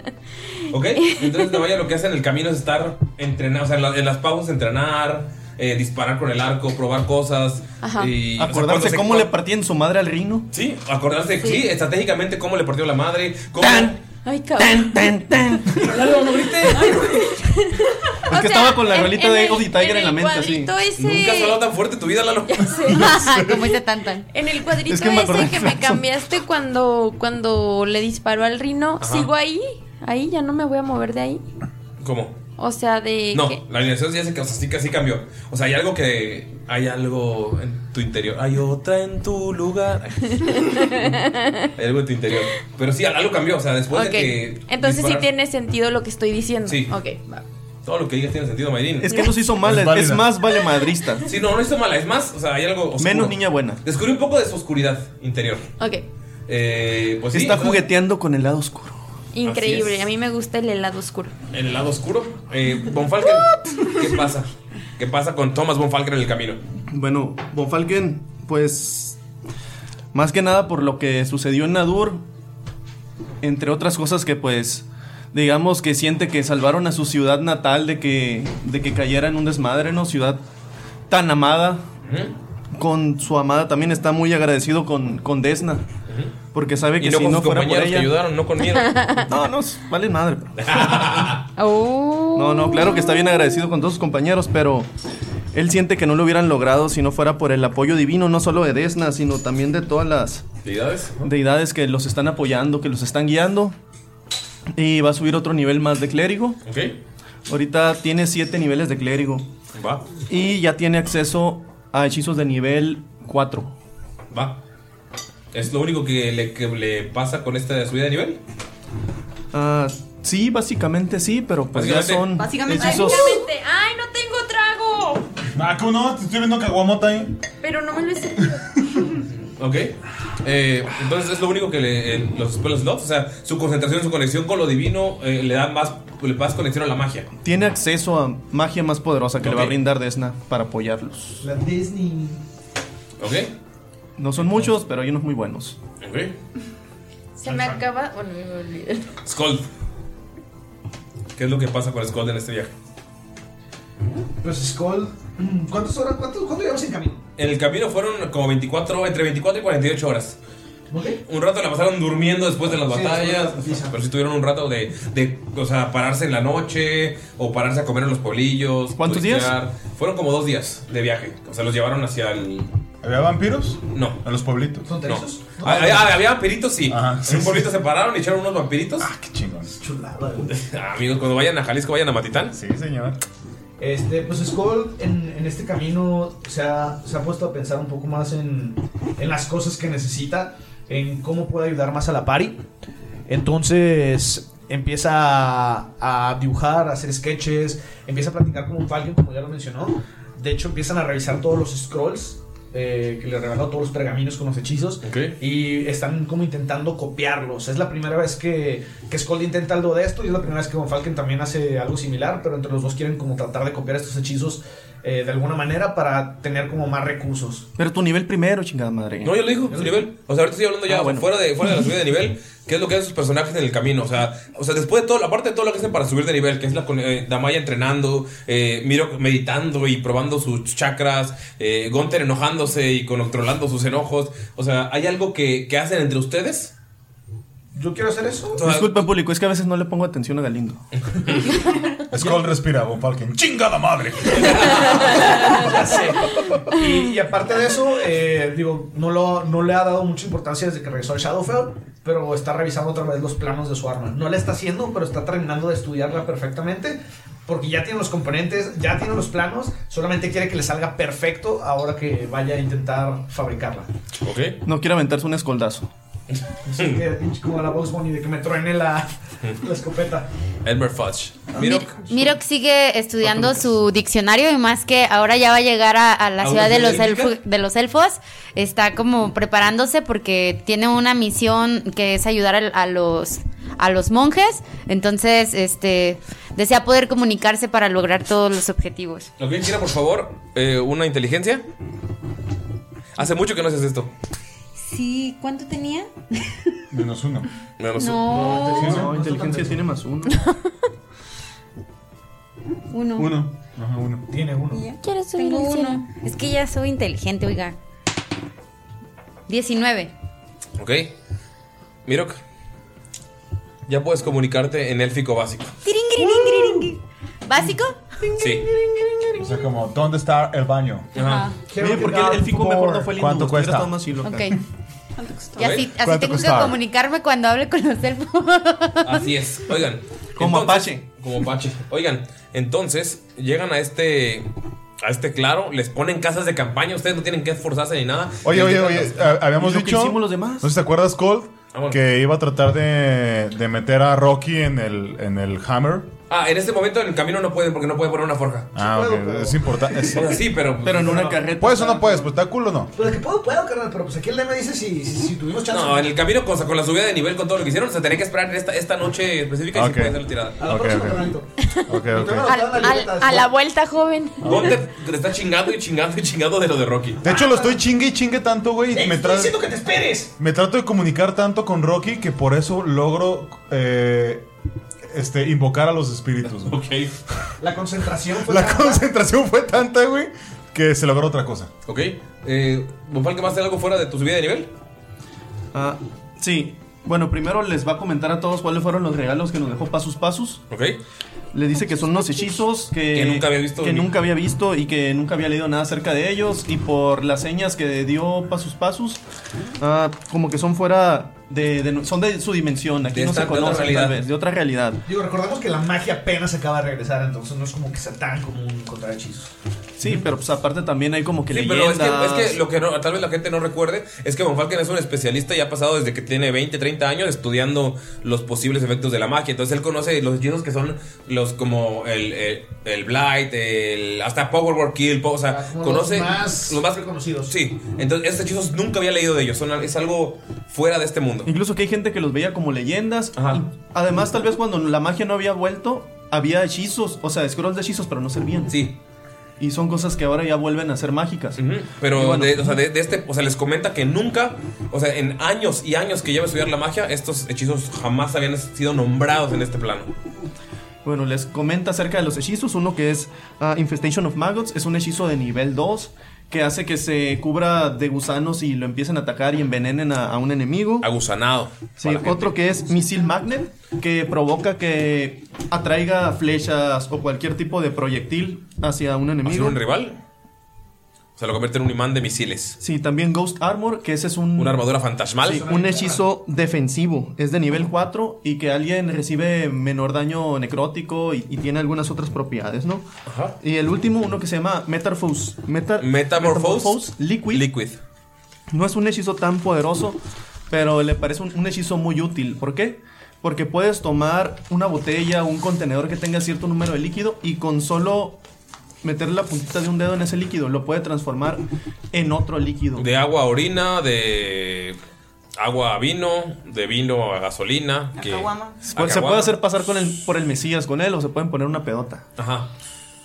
Ok, entonces Damaya lo que hace en el camino es estar entrenando, o sea, en, la- en las pausas entrenar, eh, disparar con el arco, probar cosas. Ajá. Y, Acordarse cómo le partían su madre al reino. Sí, acordarse, sí. Sí. estratégicamente cómo le partió la madre. Cómo, Ay, cabrón. Es que estaba con la rolita de Ego Tiger en la mente, así. cuadrito ese- Nunca has hablado tan fuerte en tu vida, Lalo. Como dice Tantan. En el cuadrito Es que me acordé ese que de me eso. cambiaste cuando, cuando le disparó al rino, Ajá. sigo ahí. Ahí ya no me voy a mover de ahí. ¿Cómo? O sea, de. No, que- la alineación ya se o sea, sí, sí cambió. O sea, hay algo que. Hay algo en tu interior. Hay otra en tu lugar. Hay algo en tu interior. Pero sí, algo cambió. O sea, después Ok. de que. Entonces sí disparar- tiene sentido lo que estoy diciendo. Sí. Ok, va. Todo lo que digas tiene sentido, Mayrin. Es que nos hizo mal, es, es más vale madrista. Sí, no, no hizo mala. Es más, o sea, hay algo. oscuro. Menos niña buena. Descubrí un poco de su oscuridad interior. Ok. Eh, pues sí, Está o sea, jugueteando con el lado oscuro. Increíble. es. A mí me gusta el helado oscuro. En el lado oscuro. Eh, Von Falken, ¿qué pasa? ¿Qué pasa con Thomas Von Falken en el camino? Bueno, Von Falken, pues. Más que nada por lo que sucedió en Nadur. Entre otras cosas que, pues. Digamos que siente que salvaron a su ciudad natal de que, de que cayera en un desmadre, ¿no? Ciudad tan amada. Con su amada también está muy agradecido con, con Desna. Porque sabe que Y no si con no sus fuera por compañeros que ella. ayudaron, no conmigo. No, no, vale madre. Oh. No, no, claro que está bien agradecido con todos sus compañeros, pero él siente que no lo hubieran logrado si no fuera por el apoyo divino, no solo de Desna, sino también de todas las ¿Deidades? deidades que los están apoyando, que los están guiando. Y va a subir otro nivel más de clérigo. Ok. Ahorita tiene siete niveles de clérigo. Va. Y ya tiene acceso a hechizos de nivel 4. Va. Es lo único que le, que le pasa con esta subida de nivel. Ah, sí, básicamente sí, pero pues ya Básicamente. son Básicamente. hechizos. Básicamente. ¡Ay, no tengo trago! Ah, ¿cómo no? Te estoy viendo caguamota ahí. Pero no me lo he Ok. Eh, entonces es lo único que le, eh, los spell slots, o sea, su concentración, su conexión con lo divino eh, le da más, le da más conexión a la magia. Tiene acceso a magia más poderosa que le va a Ok. brindar Desna para apoyarlos. La Disney. Ok. No son muchos, pero hay unos muy buenos. Ok. Se me acaba. Bueno, me olvidé. Scold. ¿Qué es lo que pasa con Scold en este viaje? Pues Skull. mm, ¿Cuántas horas? ¿Cuánto, cuánto llevamos en camino? En el camino fueron como 24, entre 24 y 48 horas. Ok. Un rato la pasaron durmiendo después de las Sí, batallas, después de la paliza. pero sí tuvieron un rato de, de, o sea, pararse en la noche o pararse a comer en los pueblillos. ¿Cuántos Fueron como dos días de viaje. O sea, los llevaron hacia el... ¿Había vampiros? No. ¿A los pueblitos? ¿Son terizos? Ah, había, había vampiritos, sí. en un pueblito se pararon y echaron unos vampiritos. Ah, qué chingón. Chulada. Amigos, cuando vayan a Jalisco, vayan a Matitán. Sí, señor. Este, pues Skull en, en este camino se ha, se ha puesto a pensar un poco más en, en las cosas que necesita, en cómo puede ayudar más a la pari. Entonces empieza a, a dibujar, a hacer sketches, empieza a platicar con un falcon, como ya lo mencionó. De hecho, empiezan a revisar todos los scrolls eh, que le regaló, todos los pergaminos con los hechizos. Y están como intentando copiarlos. Es la primera vez que, que Skull intenta algo de esto y es la primera vez que Von Falken también hace algo similar, pero entre los dos quieren como tratar de copiar estos hechizos eh, de alguna manera para tener como más recursos. Pero tu nivel primero, chingada madre. No, yo le digo, su nivel. O sea, ahorita estoy hablando ya Ah, bueno. fuera, de, fuera de la subida de nivel, qué es lo que hacen sus personajes en el camino. O sea, o sea después de todo, aparte de todo lo que hacen para subir de nivel, que es la con- eh, Damaya entrenando, eh, Miro meditando y probando sus chakras, eh, Gunther enojándose y controlando sus enojos. O sea, ¿hay algo que, que hacen entre ustedes? Yo quiero hacer eso. Disculpen, público, es que a veces no le pongo atención a Galindo. Skull respira, Von Falken. ¡Chingada madre! Ya sé. Y, y aparte de eso, eh, digo, no, lo, no le ha dado mucha importancia desde que regresó al Shadowfell, pero está revisando otra vez los planos de su arma. No la está haciendo, pero está terminando de estudiarla perfectamente, porque ya tiene los componentes, ya tiene los planos, solamente quiere que le salga perfecto ahora que vaya a intentar fabricarla. Ok. No quiero aventarse un escoldazo. Así que, pinche, como la Box Bunny de que me truene la, la escopeta. Elmer Fudge. Miro, Mirok sigue estudiando su diccionario y más que ahora ya va a llegar a, a ¿A la una ciudad de ciudad los, elfo- élfica? de los elfos. Está como preparándose porque tiene una misión que es ayudar al- a, los a los monjes. Entonces, este desea poder comunicarse para lograr todos los objetivos. lo que quiera, por favor, eh, una inteligencia. Hace mucho que no haces esto. Sí, ¿cuánto tenía? Menos uno. Menos No. No, inteligencia tiene más uno. Uno. Uno. Ajá, uno. Tiene uno. Quiero subir al cielo. Es que ya soy inteligente, oiga. 19. Ok. Mirok. Ya puedes comunicarte en élfico básico. ¿Básico? Sí. O sea, como, ¿dónde está el baño? Ajá. Oye, ¿por qué el élfico mejor no fue el hindú? ¿Cuánto Hubieras cuesta? estado más hilo. Ok. Y Ok. así, así tengo ¿Cuánto que costaba? comunicarme cuando hable con los elfos. Así es. Oigan. Como Apache. Como Apache. Oigan, entonces llegan a este. A este claro, les ponen casas de campaña, ustedes no tienen que esforzarse ni nada. Oye, Les oye, dejan oye, las- a- habíamos ¿Y lo que dicho. hicimos los demás? No sé si te acuerdas, Cold, Vámonos. que iba a tratar de, de meter a Rocky en el, en el Hammer. Ah, en este momento en el camino no pueden porque no pueden poner una forja. Ah, ok, es importante. O sea, sí, pero. Pero en una carreta. ¿Puedes o no puedes? Pues está cool o no. Pues de que puedo, puedo, carnal, pero pues aquí el DM dice si, si, si tuvimos chance. No, en el camino con, con la subida de nivel con todo lo que hicieron, se tenía que esperar esta, esta noche específica y Ok. si pueden hacer la tirada. A la Ok, próxima, ok. carnalito. Ok, ok. Al- al- a la vuelta, joven. Gunter le está chingando y chingando y chingando de lo de Rocky. De hecho, lo estoy chingue y chingue tanto, güey. y Me, tra- que te esperes! me trato de comunicar tanto con Rocky que por eso logro eh, este, invocar a los espíritus. güey. La concentración fue. La concentración fue tanta, güey, que se logró otra cosa. Ok. Eh, Bonfal, ¿qué vas a hacer algo fuera de tu subida de nivel? Ah, sí. Bueno, primero les va a comentar a todos cuáles fueron los regalos que nos dejó Pasus Pasus. Ok. Le dice que son unos hechizos que, Que nunca había visto que ni- nunca había visto y que nunca había leído nada acerca de ellos. Y por las señas que dio Pasus Pasus, ah, como que son fuera de, de nu- son de su dimensión. Aquí De no esta- se de otra conocen, realidad. tal vez, de otra realidad. Digo, recordemos que la magia apenas acaba de regresar, entonces no es como que sea tan común encontrar hechizos. Sí, pero pues aparte también hay como que Sí, pero es leyendas. que, es que lo que no- tal vez la gente no recuerde es que Von Falken es un especialista y ha pasado desde que tiene 20, 30 años estudiando los posibles efectos de la magia. Entonces él conoce los hechizos que son los como el, el, el Blight, el, hasta Power Word Kill, po- o sea, como conoce los más reconocidos. Sí, entonces estos hechizos nunca había leído de ellos, son, al- es algo fuera de este mundo. Incluso que hay gente que los veía como leyendas. Además, tal vez cuando la magia no había vuelto, había hechizos, o sea, scrolls de hechizos, pero no servían. Sí. Y son cosas que ahora ya vuelven a ser mágicas. Pero Y bueno, de, o sea, de, de este, o sea, les comenta que nunca, o sea, en años y años que lleva a estudiar la magia, estos hechizos jamás habían sido nombrados en este plano. Bueno, les comenta acerca de los hechizos. Uno que es ah, Infestation of Maggots, es un hechizo de nivel 2 que hace que se cubra de gusanos y lo empiecen a atacar y envenenen a, a un enemigo. Agusanado. Sí, otro que es Misil Magnet, que provoca que atraiga flechas o cualquier tipo de proyectil hacia un enemigo. ¿Hacer un rival? O sea, lo convierte en un imán de misiles. Sí, también Ghost Armor, que ese es un... Una armadura fantasmal. Mm. Sí, un hechizo defensivo. Es de nivel 4 y que alguien recibe menor daño necrótico y, y tiene algunas otras propiedades, ¿no? Ajá. Y el último, uno que se llama Metamorphose. Meta- Metamorphose. Liquid. Liquid. No es un hechizo tan poderoso, pero le parece un, un hechizo muy útil. ¿Por qué? Porque puedes tomar una botella o un contenedor que tenga cierto número de líquido y con solo meter la puntita de un dedo en ese líquido lo puede transformar en otro líquido. De agua a orina, de agua a vino, de vino a gasolina. que- Pues, Se a puede- se caguama. puede hacer pasar con el, por el Mesías con él o se pueden poner una pedota. Ajá.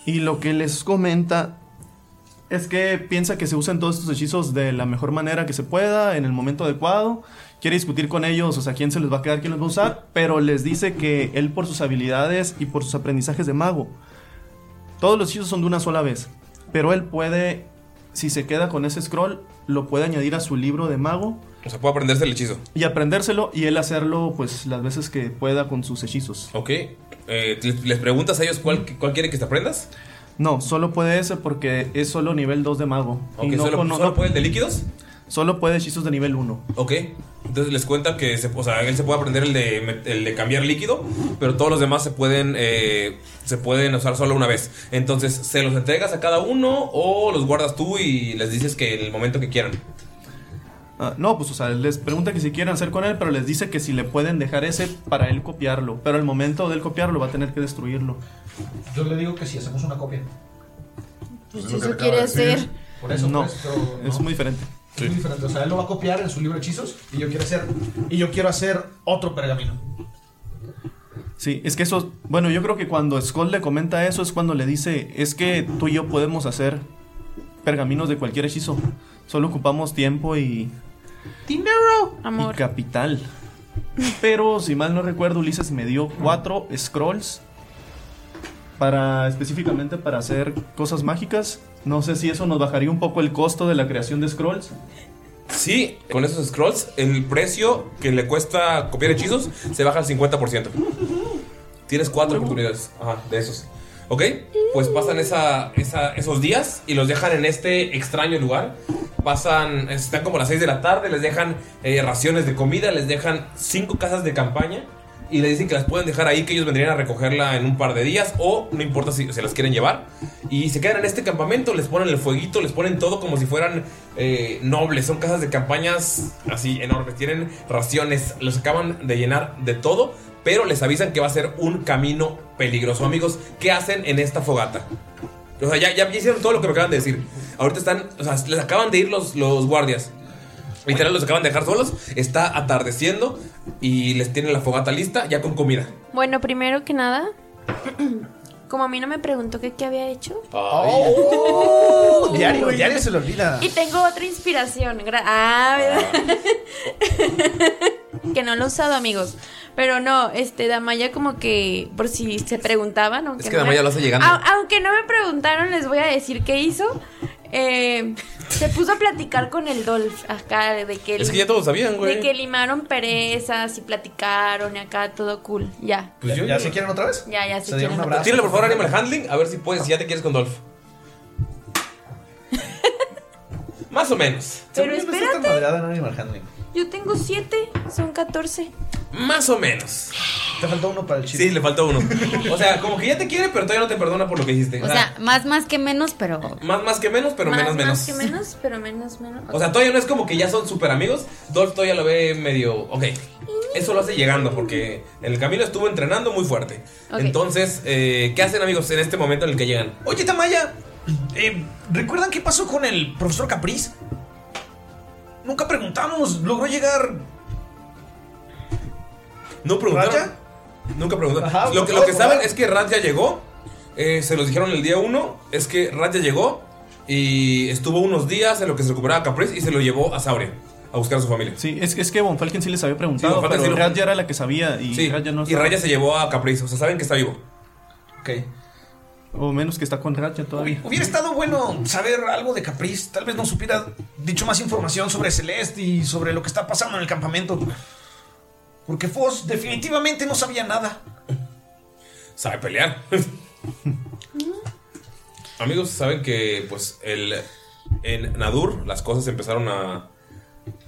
Y lo que les comenta es que piensa que se usan todos estos hechizos de la mejor manera que se pueda, en el momento adecuado. Quiere discutir con ellos, o sea, quién se les va a quedar, quién los va a usar, pero les dice que él por sus habilidades y por sus aprendizajes de mago, todos los hechizos son de una sola vez, pero él puede, si se queda con ese scroll, lo puede añadir a su libro de mago O sea, puede aprenderse el hechizo. y aprendérselo y él hacerlo pues las veces que pueda con sus hechizos. Ok. Eh, ¿les- ¿Les preguntas a ellos cuál, cuál quiere que te aprendas? No, solo puede ese porque es solo nivel 2 de mago. Ok, no solo- cono- solo no- puede el de líquidos. Solo puede hechizos de nivel 1. Ok. Entonces les cuenta que se, o sea, él se puede aprender el de, met- el de cambiar líquido, pero todos los demás se pueden, eh, se pueden usar solo una vez. Entonces, ¿se los entregas a cada uno o los guardas tú y les dices que en el momento que quieran? Ah, no, pues o sea, les pregunta que si quieren hacer con él, pero les dice que si le pueden dejar ese para él copiarlo. Pero al momento de él copiarlo va a tener que destruirlo. Yo le digo que si hacemos una copia. Pues es lo que eso te acabo quiere de decir. hacer. Por eso, No, pues, pero es muy diferente. Es muy diferente. O sea, él lo va a copiar en su libro de hechizos y yo quiero hacer, y yo quiero hacer otro pergamino. Sí, es que eso, bueno, yo creo que cuando Skull le comenta eso es cuando le dice, es que tú y yo podemos hacer pergaminos de cualquier hechizo. Solo ocupamos tiempo y, Dinero. y capital. Pero si mal no recuerdo, Ulises me dio cuatro scrolls para específicamente para hacer cosas mágicas. No sé si eso nos bajaría un poco el costo de la creación de scrolls. Sí, con esos scrolls, el precio que le cuesta copiar hechizos se baja al 50%. Tienes cuatro oportunidades ajá, de esos. ¿Ok? Pues pasan esa, esa- esos días y los dejan en este extraño lugar. Pasan, están como a las 6 de la tarde, les dejan eh, raciones de comida, les dejan cinco casas de campaña y le dicen que las pueden dejar ahí, que ellos vendrían a recogerla en un par de días o no importa si se las quieren llevar. Y se quedan en este campamento, les ponen el fueguito, les ponen todo como si fueran eh, nobles. Son casas de campañas así enormes, tienen raciones, los acaban de llenar de todo, pero les avisan que va a ser un camino peligroso. Amigos, ¿qué hacen en esta fogata? O sea, ya, ya hicieron todo lo que me acaban de decir. Ahorita están, o sea, les acaban de ir los, los guardias. Literal, los acaban de dejar solos. Está atardeciendo y les tienen la fogata lista, ya con comida. Bueno, primero que nada, como a mí no me preguntó que qué había hecho. Diario, diario se lo olvida. Y tengo otra inspiración. gra- Ah, ¿verdad? que no lo he usado, amigos. Pero no, este, Damaya como que, por si se preguntaban, aunque que no Damaya me- lo hace llegando. Au- aunque no me preguntaron, les voy a decir qué hizo. Eh, se puso a platicar con el Dolph acá de que... Es que ya todos sabían, güey. De que limaron perezas y platicaron y acá todo cool. Ya, Pues yo- ¿Ya se quieren otra vez? ya, ya se, Se dieron quieren un otra- abrazo. Tírale por favor Animal Handling, a ver si puedes, si ya te quieres con Dolph. Más o menos. Pero Según yo, no espérate. está tan madreada en Animal Handling. Yo tengo siete, son 14. Más o menos. Te faltó uno para el Sí, le faltó uno. O sea, como que ya te quiere, pero todavía no te perdona por lo que hiciste. O sea, más más que menos, pero más, más que menos, pero más, menos, menos. Más que menos, pero menos, menos. O sea, todavía no es como que ya son súper amigos. Dolph todavía lo ve medio. Ok. Eso lo hace llegando porque en el camino estuvo entrenando muy fuerte. Ok. Entonces, eh, ¿qué hacen amigos en este momento en el que llegan? Oye, Tamaya, eh, ¿recuerdan qué pasó con el profesor Capriz? Nunca preguntamos, logró llegar. No preguntaron. Nunca preguntaron. Ajá, lo, que, no, lo que no. saben es que Rat ya llegó. eh, se los dijeron el día uno. Es que Rat ya llegó y estuvo unos días en lo que se recuperaba Caprice y se lo llevó a Sauria a buscar a su familia. Sí, es, es que Von Falken sí les había preguntado, Von Falken pero sí lo- Rat ya era la que sabía y Rat ya no Y estaba. Raya se llevó a Caprice. O sea, saben que está vivo. Ok. O menos que está con Rat ya todavía. Hubiera estado bueno saber algo de Capriz. Tal vez nos supiera dicho más información sobre Celeste y sobre lo que está pasando en el campamento. Porque Foss definitivamente no sabía nada. Sabe pelear. Amigos, saben que pues el en Nadur las cosas empezaron a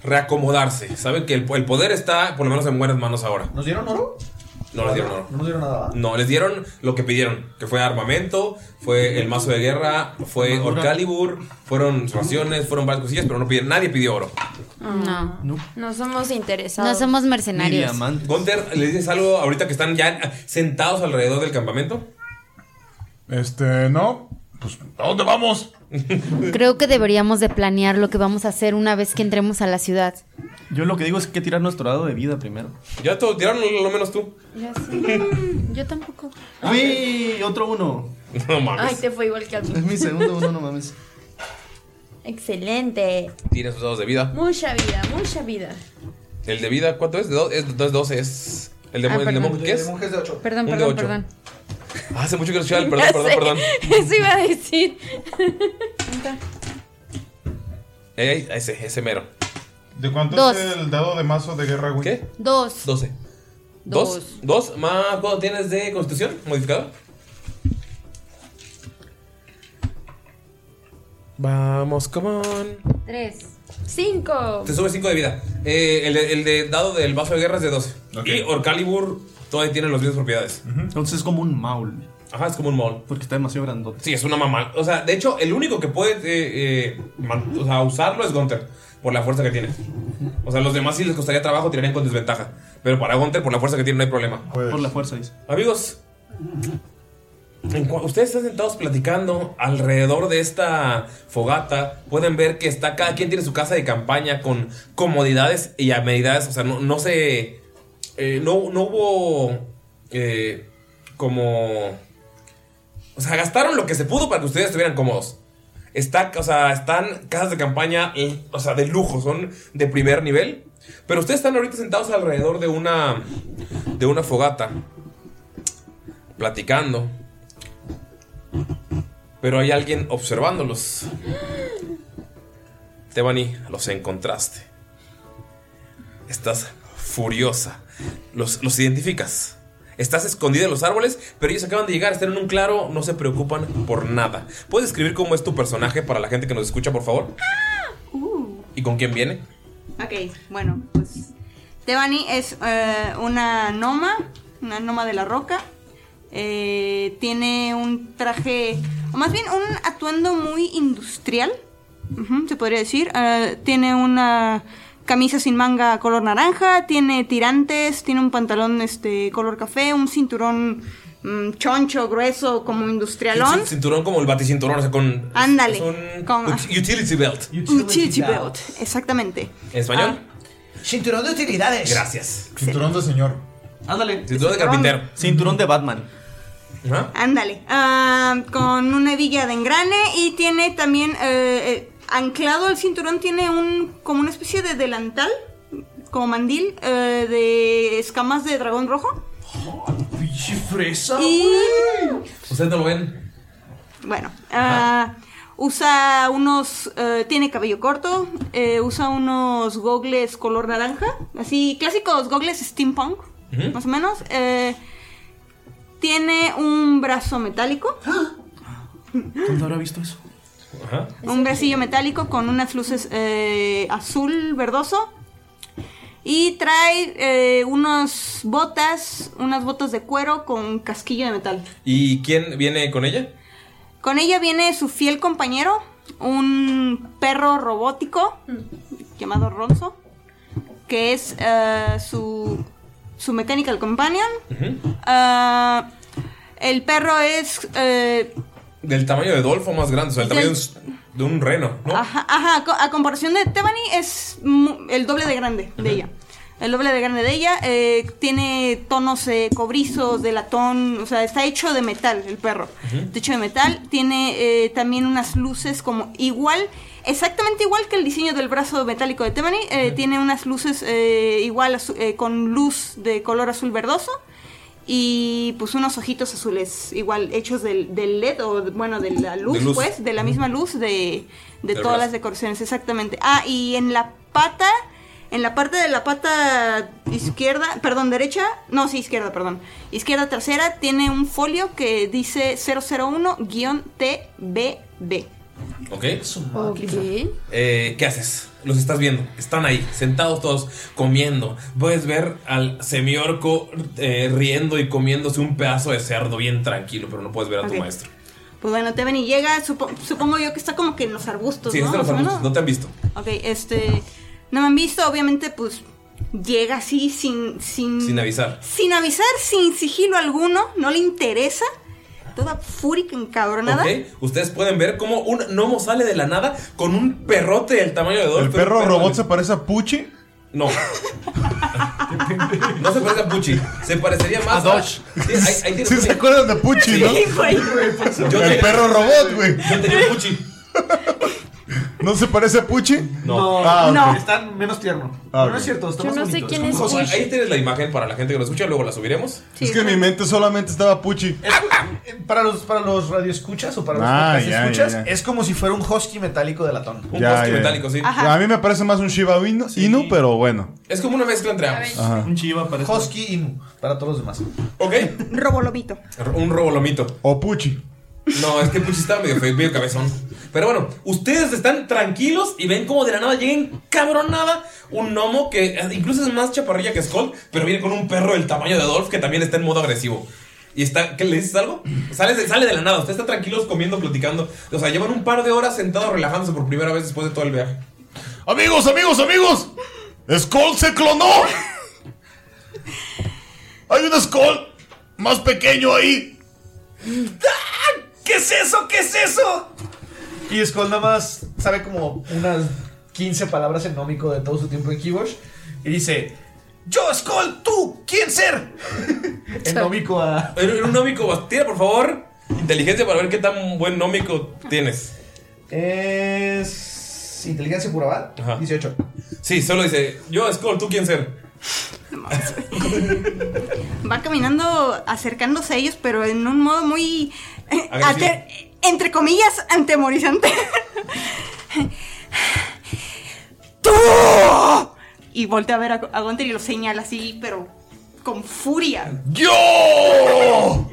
reacomodarse. Saben que el, el poder está por lo menos en buenas manos ahora. ¿Nos dieron oro? No les dieron oro. No nos dieron nada. ¿va? No, les dieron lo que pidieron, que fue armamento, fue el mazo de guerra, fue Orcalibur, fueron raciones, fueron varias cosillas, pero no pidieron, nadie pidió oro. No. No. somos interesados. no somos mercenarios. Gunter, ¿le dices algo ahorita que están ya sentados alrededor del campamento? Este, no. Pues, ¿a dónde vamos? Creo que deberíamos de planear lo que vamos a hacer una vez que entremos a la ciudad. Yo lo que digo es que tirar nuestro dado de vida primero. Ya todos tiraron lo menos tú. Yo tampoco. Uy, otro uno. No Ay, te fue igual que al Es mi segundo uno, no mames. Excelente. Tienes sus dados de vida. Mucha vida, mucha vida. El de vida, ¿cuánto es? De do- es, no es 12, es. ¿El de, Ah, el de perdón. monje qué es? Monjes de ocho. Perdón, Un de perdón, ocho. perdón. Ah, hace mucho que no escuchaba el perdón, Ya perdón, sé, perdón. Eso iba a decir. Eh, ese, ese mero. ¿De cuánto Dos. es el dado de mazo de guerra, güey? ¿Qué? Dos. 12. Dos. ¿Dos? ¿Dos? ¿Más cuánto tienes de constitución modificado? Vamos, come on. Tres. Cinco. Te sube 5 de vida. Eh, el, de- el de dado del vaso de guerra es de 12. Y Orcalibur todavía tiene las mismas propiedades. Entonces es como un maul. Ajá, es como un maul. Porque está demasiado grandote. Sí, es una mamá. O sea, de hecho, el único que puede eh, eh, man- o sea, usarlo es Gunther, por la fuerza que tiene. O sea, los demás sí les costaría trabajo, tirarían con desventaja. Pero para Gunther, por la fuerza que tiene, no hay problema. Pues, Por la fuerza dice. Amigos, en cua- ustedes están sentados platicando alrededor de esta fogata. Pueden ver que está cada quien tiene su casa de campaña con comodidades y amenidades. O sea, no, no se. eh, no, no hubo. eh, como. O sea, gastaron lo que se pudo para que ustedes estuvieran cómodos. Está, o sea, están casas de campaña, eh, o sea, de lujo, son de primer nivel. Pero ustedes están ahorita sentados alrededor de una, de una fogata, platicando. Pero hay alguien observándolos. Tebani, los encontraste. Estás furiosa. Los, los identificas. Estás escondida en los árboles, pero ellos acaban de llegar, están en un claro, no se preocupan por nada. ¿Puedes describir cómo es tu personaje para la gente que nos escucha, por favor? Uh. ¿Y con quién viene? Ok, bueno, pues. Devani es eh, una noma, una noma de la roca. Eh, tiene un traje, o más bien un atuendo muy industrial, ujú, se podría decir. Eh, tiene una camisa sin manga color naranja, tiene tirantes, tiene un pantalón este color café, un cinturón mm, choncho, grueso, como industrialón. Un Cinturón como el baticinturón, o sea, con. Ándale. es un con- ut- utility belt. Utility Ah. belt, exactamente. ¿En español? Cinturón de utilidades. Gracias. Cinturón de señor. Ándale. Cinturón de carpintero. Cinturón de Batman. Ándale. Ah, con una hebilla de engrane y tiene también eh, eh, anclado el cinturón, tiene un como una especie de delantal, como mandil, eh, de escamas de dragón rojo. ¡Ah, Pinche fresa. Y Ustedes no lo ven. bueno, ah, usa unos, eh, tiene cabello corto, eh, usa unos gogles color naranja, así clásicos gogles steampunk, Ujú. más o menos. eh, tiene un brazo metálico. ¿Dónde habrá visto eso? Ajá. Un bracillo metálico con unas luces eh, azul verdoso. Y trae eh, unas botas, unas botas de cuero con casquillo de metal. ¿Y quién viene con ella? Con ella viene su fiel compañero, un perro robótico llamado Ronzo, que es eh, su, su mechanical companion. Ah, el perro es eh, Del tamaño de Dolfo más grande, o sea, el tamaño de un, de un reno, ¿no? Ajá, ajá, co- a comparación de Tebani es mu- el doble de grande de ella. El doble de grande de ella. eh, tiene tonos eh, cobrizos, de latón, o sea, está hecho de metal el perro. Está hecho de metal. Tiene eh, también unas luces como igual, exactamente igual que el diseño del brazo metálico de Tebani. eh, Tiene unas luces eh, igual azu- eh, con luz de color azul verdoso. Y pues unos ojitos azules, igual hechos del, del LED o de- bueno, de la luz, luz. pues, de la misma luz de, de Del todas brazo. las decoraciones, exactamente. Ah, y en la pata, en la parte de la pata izquierda, perdón, derecha, no, sí, izquierda, perdón. Izquierda trasera tiene un folio que dice 001-TBB. Ok. Eh, ¿Qué haces? Los estás viendo. Están ahí, sentados todos, comiendo. Puedes ver al semiorco eh, riendo y comiéndose un pedazo de cerdo bien tranquilo, pero no puedes ver a Ok. tu maestro. Pues bueno, te ven y llega, supo- supongo yo que está como que en los arbustos, Sí, ¿no? es de los Más o arbustos, menos. no te han visto. Ok, este, no me han visto, obviamente, pues llega así sin... Sin, Sin avisar. Sin avisar, sin sigilo alguno, no le interesa. Toda fúrica encabronada. Ok, Ustedes pueden ver cómo un gnomo sale de la nada con un perrote del tamaño de Dolph. ¿El perro robot se parece a Puchi? No. No se parece a Puchi. Se parecería más a Dodge. Sí, se acuerdan de Puchi, ¿no? El perro robot, güey. Yo tenía Puchi. ¿No se parece a Puchi? No, Ah, ok. no. Están menos tiernos. Ah, ok. No es cierto, está Yo más no sé bonito, quién un es husky. Ahí tienes la imagen para la gente que lo escucha, luego la subiremos. es que en mi mente solamente estaba Puchi. eh, Para los, para los radioescuchas o para los Ah, podcast ya, escuchas, ya, ya. es como si fuera un husky metálico de latón. Ya, ya, ya. A mí me parece más un Shiba Inu, Inu, pero bueno. Es como una mezcla entre ambos. Ajá. Un chiva parece. Husky Inu, para todos los demás. Ok. Robolomito. Un robolomito. O Puchi. No, es que Puchi estaba medio feo, medio cabezón. Pero bueno, ustedes están tranquilos y ven como de la nada llega cabronada un gnomo que eh, incluso es más chaparrilla que Skull, pero viene con un perro del tamaño de Adolf que también está en modo agresivo. Y está, ¿qué le dices algo? Sale de, sale de la nada, ustedes están tranquilos comiendo, platicando. O sea, llevan un par de horas sentados relajándose por primera vez después de todo el viaje. Amigos, amigos, amigos. Skull se clonó. Hay un Skull más pequeño ahí. ¿Qué es eso? ¿Qué es eso? Y Skull nada más sabe como unas 15 palabras en nómico de todo su tiempo en Kibosh. Y dice: Yo, Skull, tú, ¿quién ser? en nómico a. Era era un nómico, tira por favor inteligencia para ver qué tan buen nómico tienes. Es. Inteligencia pura, ¿va? 18. Sí, solo dice, yo Skull, ¿tú quién ser? Va caminando acercándose a ellos, pero en un modo muy eh, Agresivo. ater- entre comillas, antemorizante. ¡Tú! Y voltea a ver a, a Gunther y lo señala así, pero con furia. ¡Yo!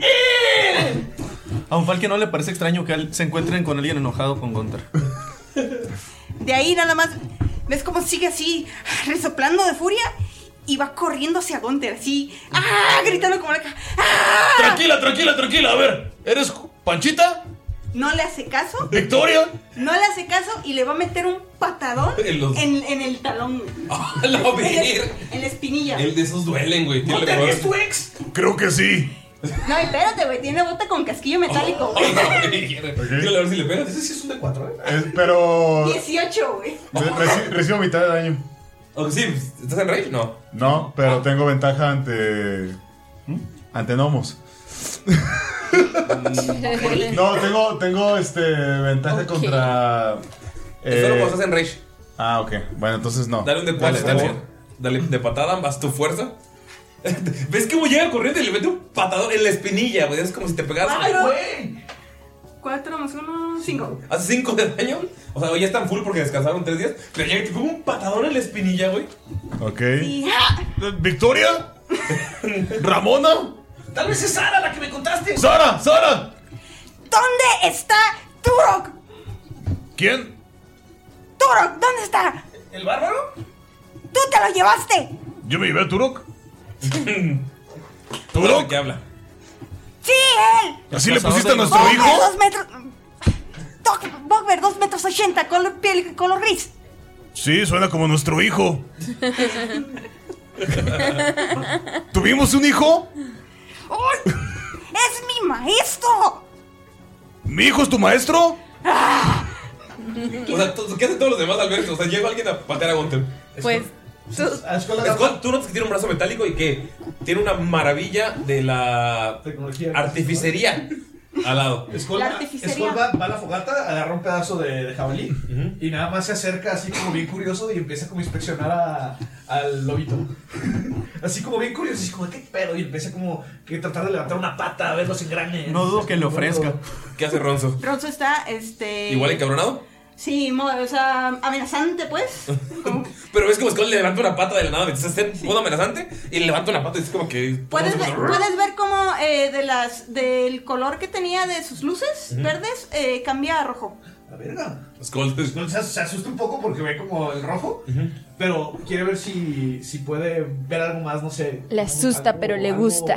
A un Falken no le parece extraño que al- se encuentren con alguien enojado con Gunther. De ahí nada más ves cómo sigue así, resoplando de furia. Y va corriendo hacia Gunther, así, ¡ah! gritando como la... ca- ah. Tranquila, tranquila, tranquila. A ver, ¿eres Panchita? No le hace caso. ¿Victoria? No le hace caso y le va a meter un patadón En en, los- en el talón, güey. la en, ver. la- en la espinilla. El de esos duelen, güey. Tírale, ¿No te eh, por ves favor. tu ex? Creo que sí. No, espérate, güey, tiene bota con casquillo Oh, metálico. güey. Tírale a ver si le pegas. Ese sí es un de 4, ¿eh? Es- pero. 18, güey. re- reci- recibo mitad de daño. sí, pues, ¿estás en rage? No. No, pero tengo ventaja ante. ¿Mm? Ante gnomos. No, tengo, tengo este, ventaja contra. Eh. eh, Es solo cuando estás en rage. Ah, ok. Bueno, entonces no. Dale un de Dale, cuatro. dale. Dale, dale de patada, más tu fuerza. ¿Ves cómo llega corriente y le mete un patadón en la espinilla, güey? Es como si te pegaras. Cuatro. Cuatro más uno, cinco. Hace 5 de daño. O sea, ya están full porque descansaron 3 días. Pero llega y te pega un patadón en la espinilla, güey. Ok. ¿Victoria? ¿Ramona? Tal vez es Sara la que me contaste. ¡Sara! ¡Sara! ¿Dónde está Turok? ¿Quién? Turok, ¿dónde está? ¿El bárbaro? ¡Tú te lo llevaste! Yo me llevé a Turok. ¿Turok? ¿Qué habla? ¡Sí, él! ¿Así le pusiste a nuestro Bogmer, hijo? Dos metros... Doc- Bogmer, dos metros ochenta, color piel, color gris. Sí, suena como nuestro hijo. ¿Tuvimos un hijo? ¡Uy! ¡Es mi maestro! ¿Mi hijo es tu maestro? O sea, to- ¿qué hacen todos los demás al ver? O sea, llega alguien a patear a Gunter. Pues. Scott, tú notas que tiene un brazo metálico y que tiene una maravilla de la artificería al lado. Escolva, Escolva va a la fogata, agarra un pedazo de, de jabalí y nada más se acerca así como bien curioso y empieza como a inspeccionar a- al lobito. Así como bien curioso, así como, ¿qué pedo? Y empieza como que tratar de levantar una pata, a ver los engranes. No dudo que le ofrezca. ¿Qué hace Ronzo? Ronzo está, este... ¿Igual encabronado? Sí, mo- o sea, Um, amenazante, pues. Pero ves como Scott le levanta una pata de la nada, mientras está en modo amenazante, y le levanta una pata y es como que. Puedes ver, puedes ver cómo eh, de las, del color que tenía de sus luces Ujú. verdes eh, cambia a rojo. La verga. Skull. se, se asusta un poco porque ve como el rojo, pero quiere ver si, si puede ver algo más, no sé. Le asusta, pero le gusta.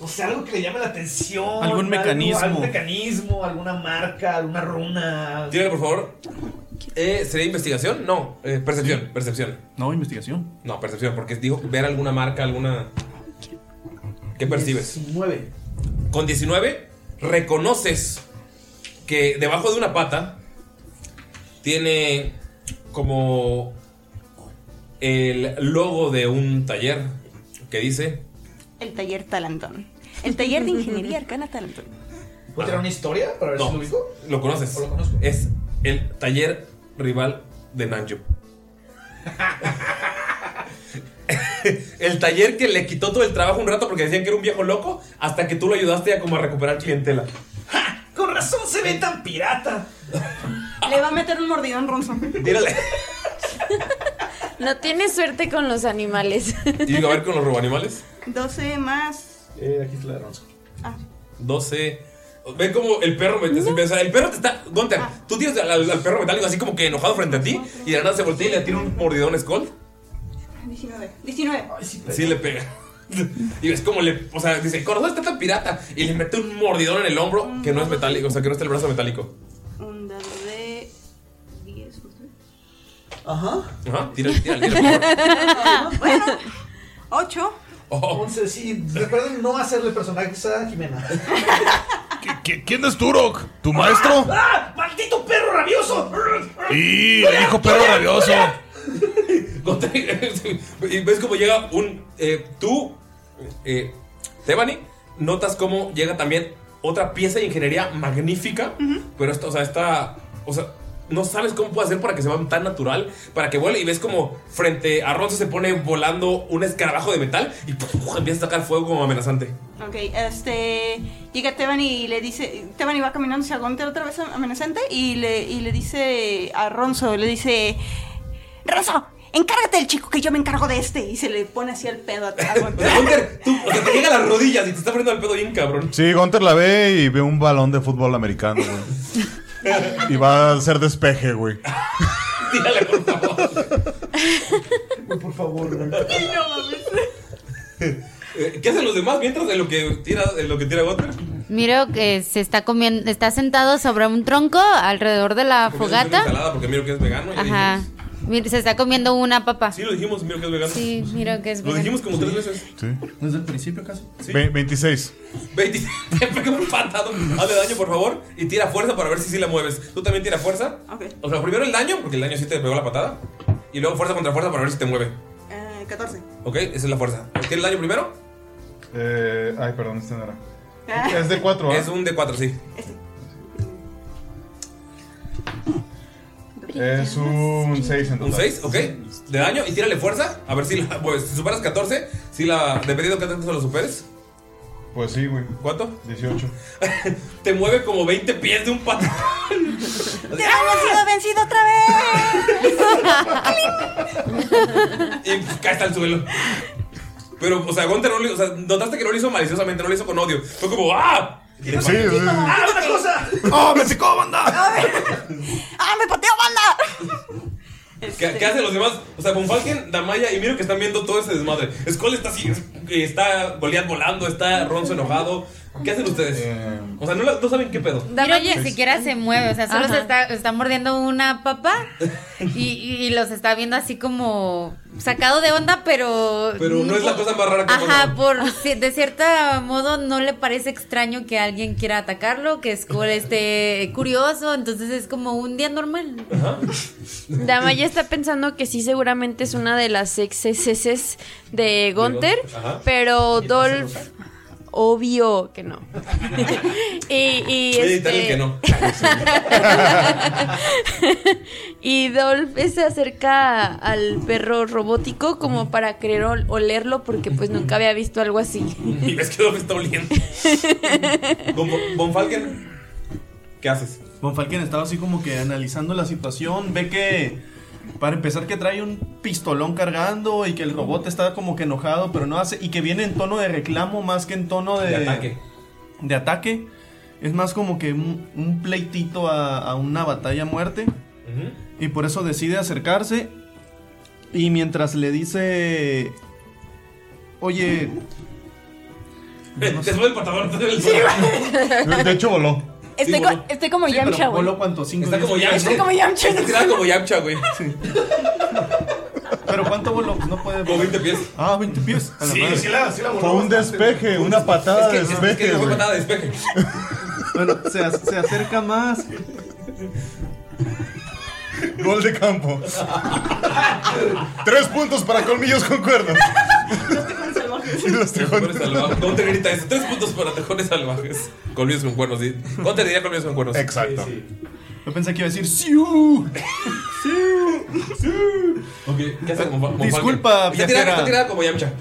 No sé, algo que le llame la atención. Algún algo- mecanismo. Algún mecanismo, alguna marca, alguna runa. Tírale, por favor. Eh, ¿Sería investigación? No, eh, percepción, percepción. No, investigación. No, percepción, porque dijo ver alguna marca, alguna. ¿Qué percibes? 19. Con 19, reconoces que debajo de una pata tiene como el logo de un taller que dice. El taller Talantón. El taller de ingeniería arcana Talantón. ¿Puedo tirar una historia para ver si lo ubico? Lo conoces. ¿O lo conozco? Es el taller rival de Nanjo. el taller que le quitó todo el trabajo un rato porque decían que era un viejo loco hasta que tú lo ayudaste a como a recuperar clientela. Con razón se ve tan pirata. Le va a meter un mordidón Ronzo. Tírale. No tiene suerte con los animales. Y a ver con los roboanimales. 12 más. Eh, aquí está la de Ronzo. 12. Ve como el perro me- se empieza- El perro te está. Gunter, Ah. tú tienes al, al perro metálico así como que enojado frente a ti. Y de la nada se voltea y le tira un mordidón a Skull. 19. 19. Sí, le pega. Y ves como le. O sea, dice, corazón está tan pirata. Y le mete un mordidón en el hombro que no es metálico. O sea, que no está el brazo metálico. Un dado de 10. más tres. Ajá. Ajá, tira, tira, tira. bueno, 8. Oh, Entonces, sí, recuerden no hacerle personajes a Jimena. ¿Qui- ¿Quién es Turok? ¿Tu maestro? ¡Ah! ¡Maldito perro rabioso! Y el hijo perro rabioso. y ves como llega un. eh, tú, eh, Tebani, notas cómo llega también otra pieza de ingeniería magnífica. Pero esta, o sea, esta. O sea, no sabes cómo puede hacer para que se vea tan natural, para que vuele y ves como frente a Ronzo se pone volando un escarabajo de metal y ¡puf! empieza a sacar fuego como amenazante. Ok, este. Llega Teban y le dice. Teban y va caminando hacia Gunther otra vez amenazante y le, y le dice a Ronzo, le dice. Ronzo, encárgate del chico que yo me encargo de este. Y se le pone así el pedo a, a Gunther. O sea, te llega a las rodillas y te está poniendo el pedo bien cabrón. Sí, Gunter la ve y ve un balón de fútbol americano, güey. Y va a hacer despeje, güey. Güey, por favor, güey. Eh, ¿Qué hacen los demás mientras de lo que tira, de lo que tira Gunther? Miro que Eh, se está comiendo, está sentado sobre un tronco alrededor de la Porque es una fogata. ensalada, porque miro que es vegano. ya Ajá. Mir- se está comiendo una papa. Sí, lo dijimos, miro que es vegano. Sí, miro que es Lo vegano. dijimos como tres veces. Sí. Desde el principio casi. Sí. Ve- 26. Te pega un patado. Hazle daño, por favor. Y tira fuerza para ver si sí la mueves. Tú también tira fuerza. Ok. O sea, primero el daño, porque el daño sí te pegó la patada. Y luego fuerza contra fuerza para ver si te mueve. Eh, 14. ¿Ok? Esa es la fuerza. ¿Tiene el daño primero? Eh, ay, perdón, este no era. Ah. Es de 4, Es un de 4, sí. Es un 6 en Un 6, ok. De daño y tírale fuerza. A ver si la mueves. Si superas 14, si la. Dependiendo de qué tanto lo superes. Pues sí, güey. ¿Cuánto? 18. Te mueve como 20 pies de un patado. ¡Te hemos sido vencido otra vez! Y cae hasta el suelo. Pero, o sea, Gunter no lo- o sea, notaste que no lo hizo maliciosamente, no lo hizo con odio. Fue como, ¡ah! Y le Sí, pateó. sí, sí. ¡Ah, una cosa! ¡Ah, ¡Oh, me secó, banda! ¡Ah, me pateó banda! ¿Qué, qué hacen los demás? O sea, Bonfalken, Damaya y Miro que están viendo todo ese desmadre. Skull está así, eh, está Goliath volando, está Ronzo enojado. ¿Qué hacen ustedes? O sea, no, la- no saben qué pedo. Damaya ni siquiera se mueve, o sea, solo Ajá. se está, está mordiendo una papa y, y los está viendo así como sacado de onda, pero... Pero no es la cosa más rara que Ajá, pasa. por, ci- de cierto modo no le parece extraño que alguien quiera atacarlo, que Skull esté curioso, entonces es como un día normal. Dama ya está pensando que sí, seguramente es una de las exceses de Gunther, Ajá. pero Dolph, obvio que no. y y, Voy a editarle este, que no. y Dolph se acerca al perro robótico como para querer ol- olerlo porque pues nunca había visto algo así. Y ves que Dolph está oliendo. Con Von- Bonfalken, ¿qué haces? Von Falken estaba así como que analizando la situación. Ve que, para empezar, que trae un pistolón cargando y que el robot está como que enojado, pero no hace. Y que viene en tono de reclamo más que en tono de. De ataque. de ataque. Es más como que un, un pleitito a, a una batalla a muerte. Y por eso decide acercarse. Y mientras le dice. Oye. Te sube el patadón. De hecho, voló. Estoy, Sí, co- voló. estoy como Sí, pero Yamcha, güey. voló cuánto, cinco Está diez? como Yamcha. Estoy como Yamcha. Está tirado como Yamcha, güey. Pero cuánto voló, Pues no puede. Como 20 pies. Ah, 20 pies. A la Sí, madre. sí la- sí la voló Fue un despeje, una patada de es que- Ah, despeje. es que no fue güey. Nada de despeje. Bueno, se, ac- se acerca más. Gol de campo. Tres puntos para colmillos con cuernos. Y los tejones salvajes. Gunter grita eso. Tres puntos para tejones salvajes. Colmillos con cuernos. ¿sí? Gunter diría colmillos con cuernos. Exacto. Yo pensé que iba a decir ¡Siu! Ok, ¿qué hace con Von- Von Disculpa, Falken? Está tirada, viajera. está tirada como Yamcha.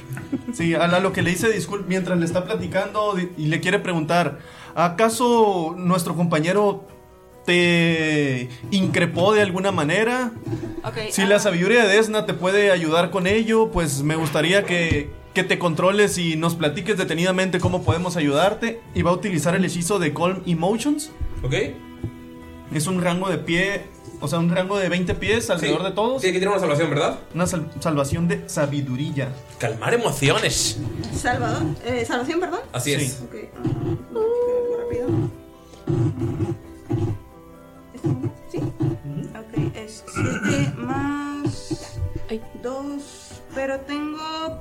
Sí, a la- lo que le dice disculpa, mientras le está platicando di- y le quiere preguntar, ¿acaso nuestro compañero te increpó de alguna manera? Ok, Si ah, la sabiduría de Desna te puede ayudar con ello, pues me gustaría que, que te controles y nos platiques detenidamente cómo podemos ayudarte. Y va a utilizar el hechizo de Calm Emotions. Ok. Es un rango de pie, o sea, un rango de 20 pies alrededor de todos. Tiene que tener una salvación, ¿verdad? Una sal- salvación de sabiduría. Calmar emociones. Salvador. eh, Salvación, perdón. Así es. Ok. ah, Rápido. ¿Este ¿Sí? Ok, es 7 más 2. Pero tengo.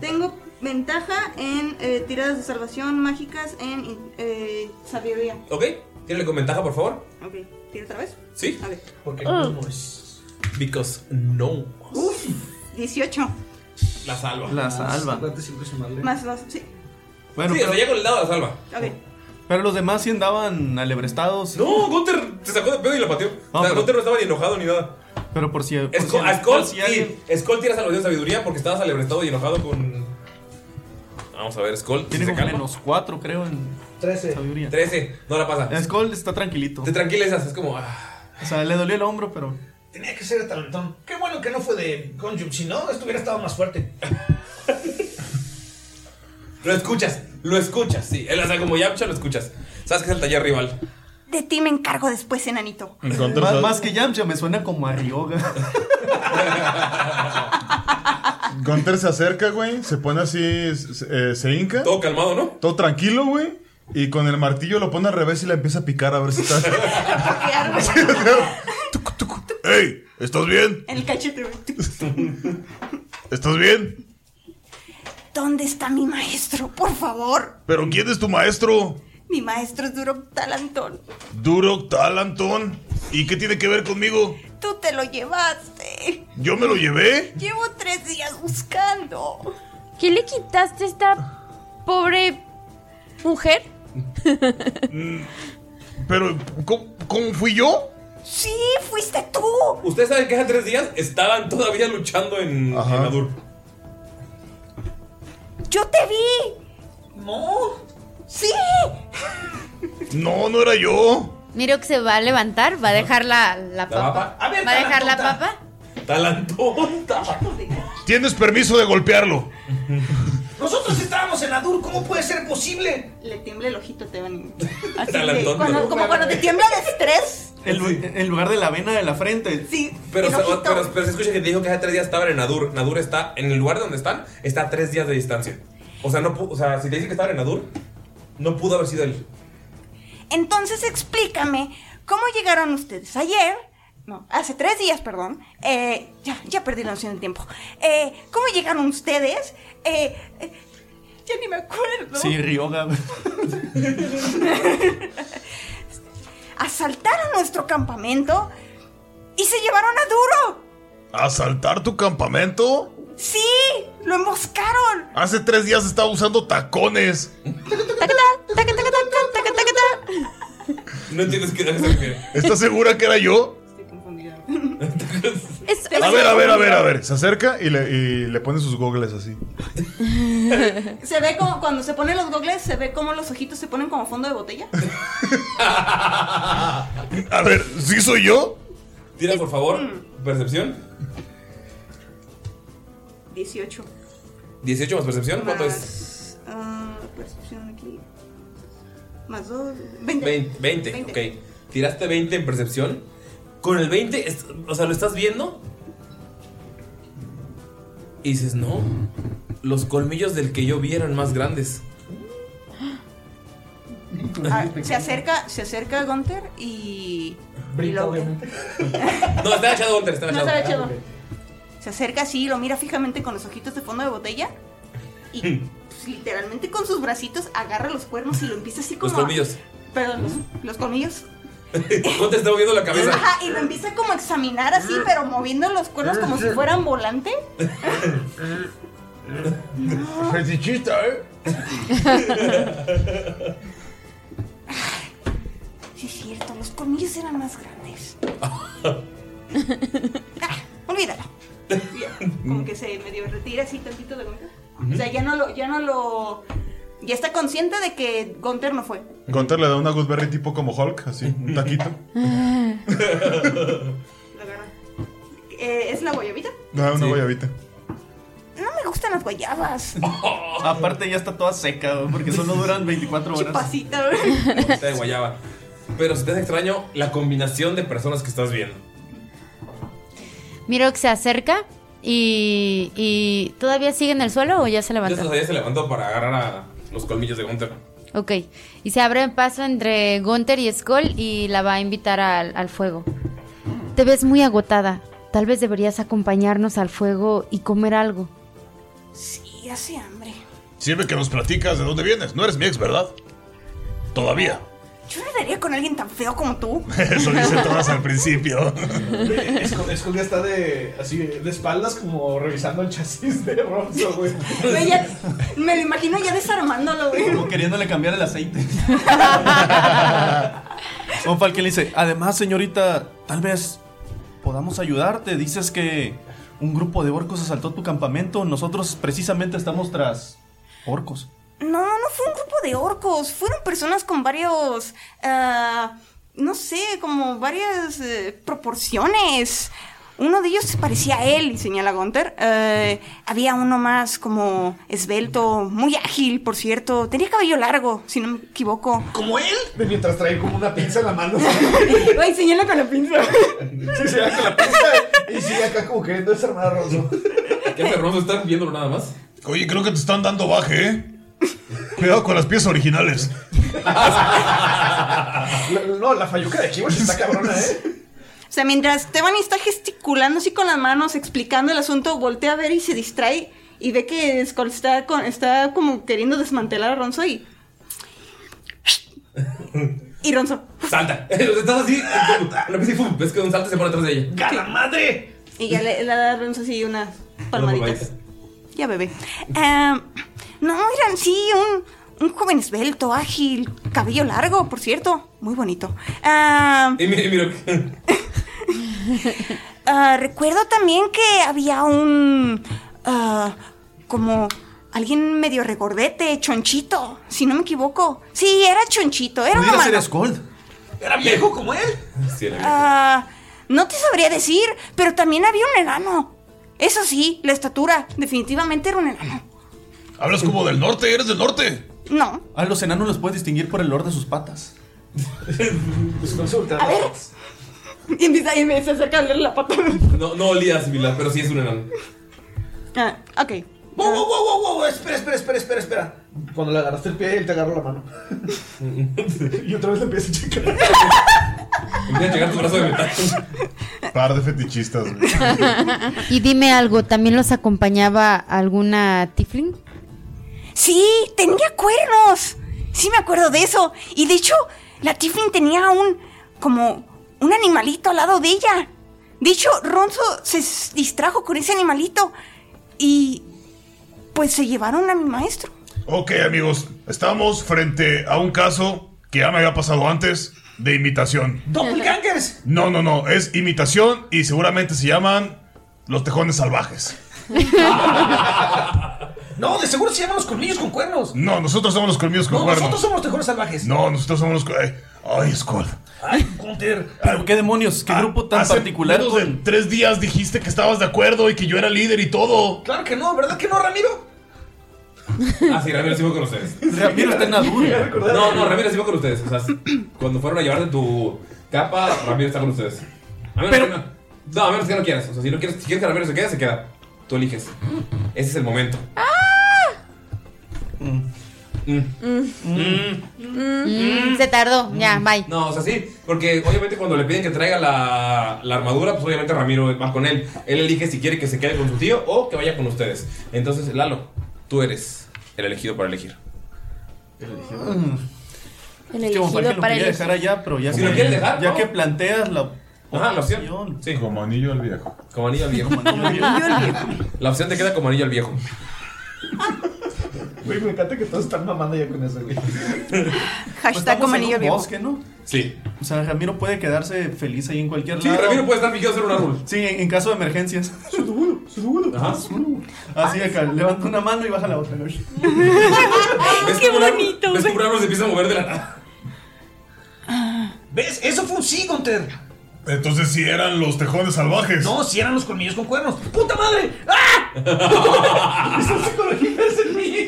Tengo ventaja en eh, tiradas de salvación mágicas en eh, sabiduría. Ok. Tírale con ventaja, por favor. Ok, ¿tira otra vez? Sí. A ver. Porque no Because no. Uf, 18. La salva. La salva. Más 2, sí. sí, o sea, ya con el dado la salva. Ok. Pero los demás sí andaban alebrestados. No, Gunter se sacó de pedo y la pateó. o sea, Gunter no estaba ni enojado ni nada. Pero por si. por Pues si- Skull, a Skull, sí, Skull tiras a los de sabiduría porque estabas alebrestado y enojado con. Vamos a ver, Skull. Tiene como menos 4, creo, en 13. sabiduría. 13, no la pasa. Skull está tranquilito. Te tranquilizas, es como. "Ah, O sea, le dolió el hombro, pero. Tenía que ser de talentón. Qué bueno que no fue de Conjure, si no, esto hubiera estado más fuerte. Lo escuchas, lo escuchas, sí. Él, o sea, como Yamcha lo escuchas. Sabes que es el taller rival. De ti me encargo después, enanito. Más, más que Yamcha me suena como a Ryoga. Gunter se acerca, güey, se pone así, s- eh, se hinca. Todo calmado, ¿no? Todo tranquilo, güey. Y con el martillo lo pone al revés y la empieza a picar a ver si está. Tuc, tuc. ¡Ey! ¿Estás bien? El cachete. ¿Estás bien? ¿Dónde está mi maestro? Por favor. ¿Pero quién es tu maestro? Mi maestro es duro talantón. Durok Talantón. ¿Y qué tiene que ver conmigo? Tú te lo llevaste. ¿Yo me lo llevé? Llevo tres días buscando. ¿Qué le quitaste a esta pobre mujer? Pero, ¿cómo, fui yo? Sí, fuiste tú. Ustedes saben que hace tres días estaban todavía luchando en, en Adur. Yo te vi. No. Sí. No, no era yo. Miro que se va a levantar, va a dejar la, la papa. papa? ¿Va a dejar la papa? Talantonta. Tienes permiso de golpearlo. Nosotros estábamos en Adur, ¿cómo puede ser posible? Le tiembla el ojito, te van. Talantón, Cuando- ¿no? como cuando te tiembla de estrés. En lu- en lugar de la vena de la frente. Sí. Pero, pero, pero, se escucha que te dijo que hace tres días estaban en Nadur. Nadur está, en el lugar donde están, está a tres días de distancia. O sea, no pu- o sea si te dicen que estaban en Nadur, no pudo haber sido él. Entonces explícame, ¿cómo llegaron ustedes ayer? No, hace tres días, perdón. Eh, ya, ya perdí la noción del tiempo. Eh, ¿Cómo llegaron ustedes? Eh, eh, ya ni me acuerdo. Sí, Ryoga. Asaltaron nuestro campamento y se llevaron a Duro. ¿Asaltar tu campamento? Sí, lo emboscaron. Hace tres días estaba usando tacones. No entiendes qué a qué se refiere. ¿Estás segura que era yo? Es- A ver, a ver, a ver, a ver. Se acerca y le, y le pone sus gogles así. Se ve como cuando se ponen los gogles, se ve como los ojitos se ponen como fondo de botella. A ver, ¿sí soy yo? Tira, por favor, percepción. 18. 18 más percepción, ¿cuánto es? Ah, percepción aquí. Más dos. 20. 20, 20, ok. Tiraste 20 en percepción. Con el 20, es- o sea, lo estás viendo. Y dices, no. Los colmillos del que yo vi eran más grandes. Ah, se acerca, se acerca a Gunther y. Brinca, obviamente. No, está echado Gunter, está No echado. se ve chido. Se acerca así, lo mira fijamente con los ojitos de fondo de botella. Y Hmm. pues, literalmente con sus bracitos agarra los cuernos y lo empieza así como. Los colmillos. Perdón, los, los colmillos. Gunter está moviendo la cabeza. Ajá, y lo empieza como a examinar así, pero moviendo los cuernos como si fueran volante. Fetichista, ¿eh? Sí, es cierto, los colmillos eran más grandes. Ah, olvídalo. Y ya, Como que se medio retira así tantito de Gunther. O sea, ya no lo, ya no lo. Ya está consciente de que Gunther no fue. Gunter le da una gooseberry tipo como Hulk, así, un taquito. Eh, ¿Es la guayabita? Da una guayabita. No me gustan las guayabas. Aparte ya está toda seca, güey, porque solo duran 24 horas. Pasita, güey. Ahorita de guayaba. Pero si te hace extraño la combinación de personas que estás viendo. Miro que se acerca y, y ¿todavía sigue en el suelo o ya se Entonces, levantó? o sea, ya se levantó para agarrar a los colmillos de Gunter. Ok. Y se abre paso entre Gunther y Skull y la va a invitar al, al fuego. Te ves muy agotada. Tal vez deberías acompañarnos al fuego y comer algo. Y hace hambre. Sirve que nos platicas de dónde vienes. No eres mi ex, ¿verdad? Todavía. Yo no daría con alguien tan feo como tú. Eso dicen todas al principio. Skull Skull ya está de, así, de espaldas como revisando el chasis de Ronzo, güey. Güey, ya- me lo imagino ya desarmándolo, güey. Como queriéndole cambiar el aceite. Von Falken le dice, además, señorita, tal vez podamos ayudarte. Dices que un grupo de orcos asaltó tu campamento. Nosotros precisamente estamos tras orcos. No, no fue un grupo de orcos. Fueron personas con varios. ah, no sé, como varias eh, proporciones. Uno de ellos se parecía a él, y señala Gunther. Eh, había uno más como esbelto, muy ágil, por cierto. Tenía cabello largo, si no me equivoco. ¿Como él? De mientras trae como una pinza en la mano. Güey, señala con la pinza. Sí, se da con la pinza y sigue acá como queriendo desarmar a Ronzo. ¿Qué hace Ronzo? ¿Estás viéndolo nada más? Oye, creo que te están dando baje, ¿eh? Cuidado con las piezas originales. La- no, la falluca de Kibosh está cabrona, ¿eh? O sea, mientras Teban está gesticulando así con las manos, explicando el asunto, voltea a ver y se distrae y ve que Skull está, con- está como queriendo desmantelar a Ronzo y. Y Ronzo. Salta. Estás así. Lo que sí, fum, ves que un salto se pone atrás de ella. ¡Gala madre! Y ya le, le da a Ronzo así unas palmaditas. Palmaditas. Ya, bebé. Ah, no, eran sí, un, un joven esbelto, ágil, cabello largo, por cierto. Muy bonito. Ah, Y mira, mira. Ah, recuerdo también que había un. ah, como. Alguien medio regordete, chonchito, si no me equivoco. Sí, era chonchito, era una Pudiera ser mano. Scold. ¿Era viejo como él? Sí, era Ah, no te sabría decir, pero también había un enano. Eso sí, la estatura, definitivamente era un enano. Hablas como del norte, eres del norte. No. A los enanos los puedes distinguir por el olor de sus patas. Pues consulta. A ver. Y empieza y me se acerca a oler la pata. No, no olía a similar, pero sí es un enano. Ah, ok. ¡Wow, wow, wow, wow, wow! Espera, espera, espera, espera, espera. Cuando le agarraste el pie, él te agarró la mano. y otra vez le empieza a checar. Voy a llegar tu brazo de metal. Par de fetichistas, güey. Y dime algo, ¿también los acompañaba alguna tifling? Sí, tenía cuernos. Sí, me acuerdo de eso. Y de hecho, la Tiflin tenía un. como. un animalito al lado de ella. De hecho, Ronzo se s- distrajo con ese animalito. Y. pues se llevaron a mi maestro. Ok, amigos, estamos frente a un caso que ya me había pasado antes de imitación. ¡Doppelgangers! No, no, no, es imitación y seguramente se llaman los tejones salvajes. No, de seguro se llaman los colmillos con cuernos. No, nosotros somos los colmillos con No, cuernos. nosotros somos los tejones salvajes. No, nosotros somos los. co- Ay, ay Skull. Ay, Gunter. ¿Pero Ah, qué demonios? Ah, ¿Qué grupo tan particular? Menos de tres días dijiste que estabas de acuerdo y que yo era líder y todo. Claro que no, ¿verdad que no, Ramiro? Ah, sí, Ramiro sí fue con ustedes. Ramiro está en Azul. No, no, Ramiro sí fue con ustedes. O sea, cuando fueron a llevarte tu capa, Ramiro está con ustedes. A menos que no. No, a menos que no quieras. O sea, si no quieres, si quieres que Ramiro se quede, se queda. Tú eliges. Ese es el momento. Mm. Mm, se tardó, ya, bye. No, o sea, sí, porque obviamente cuando le piden que traiga la, la armadura, pues obviamente Ramiro va con él. Él elige si quiere que se quede con su tío o que vaya con ustedes. Entonces, Lalo, tú eres el elegido para elegir. El este Que Von Falken elegido lo para quería elegir. dejar allá, pero ya Si que- lo quieres dejar, ya ¿no? que planteas la Ajá, la opción. Sí. Como anillo al viejo. Como anillo al viejo. La opción te queda como anillo al viejo. Güey, me encanta que todos están mamando ya con eso, güey. Pues Hashtag como anillo al viejo. bosque, ¿no? Sí. O sea, Ramiro puede quedarse feliz ahí en cualquier Sí, lado. Ramiro puede estar fijado en un árbol. Sí, en, en caso de emergencias. Ajá. Así acá, levanta una mano y baja la otra. ¿no? ¿Ves ¡Qué bonito! Ves que un árbol se empieza a mover de la nada. ¿Ves? Eso fue un sí, Gunter. Entonces sí eran los tejones salvajes. No, si eran los colmillos con cuernos. ¡Puta madre! ¡Ah! Esa psicología es en mí.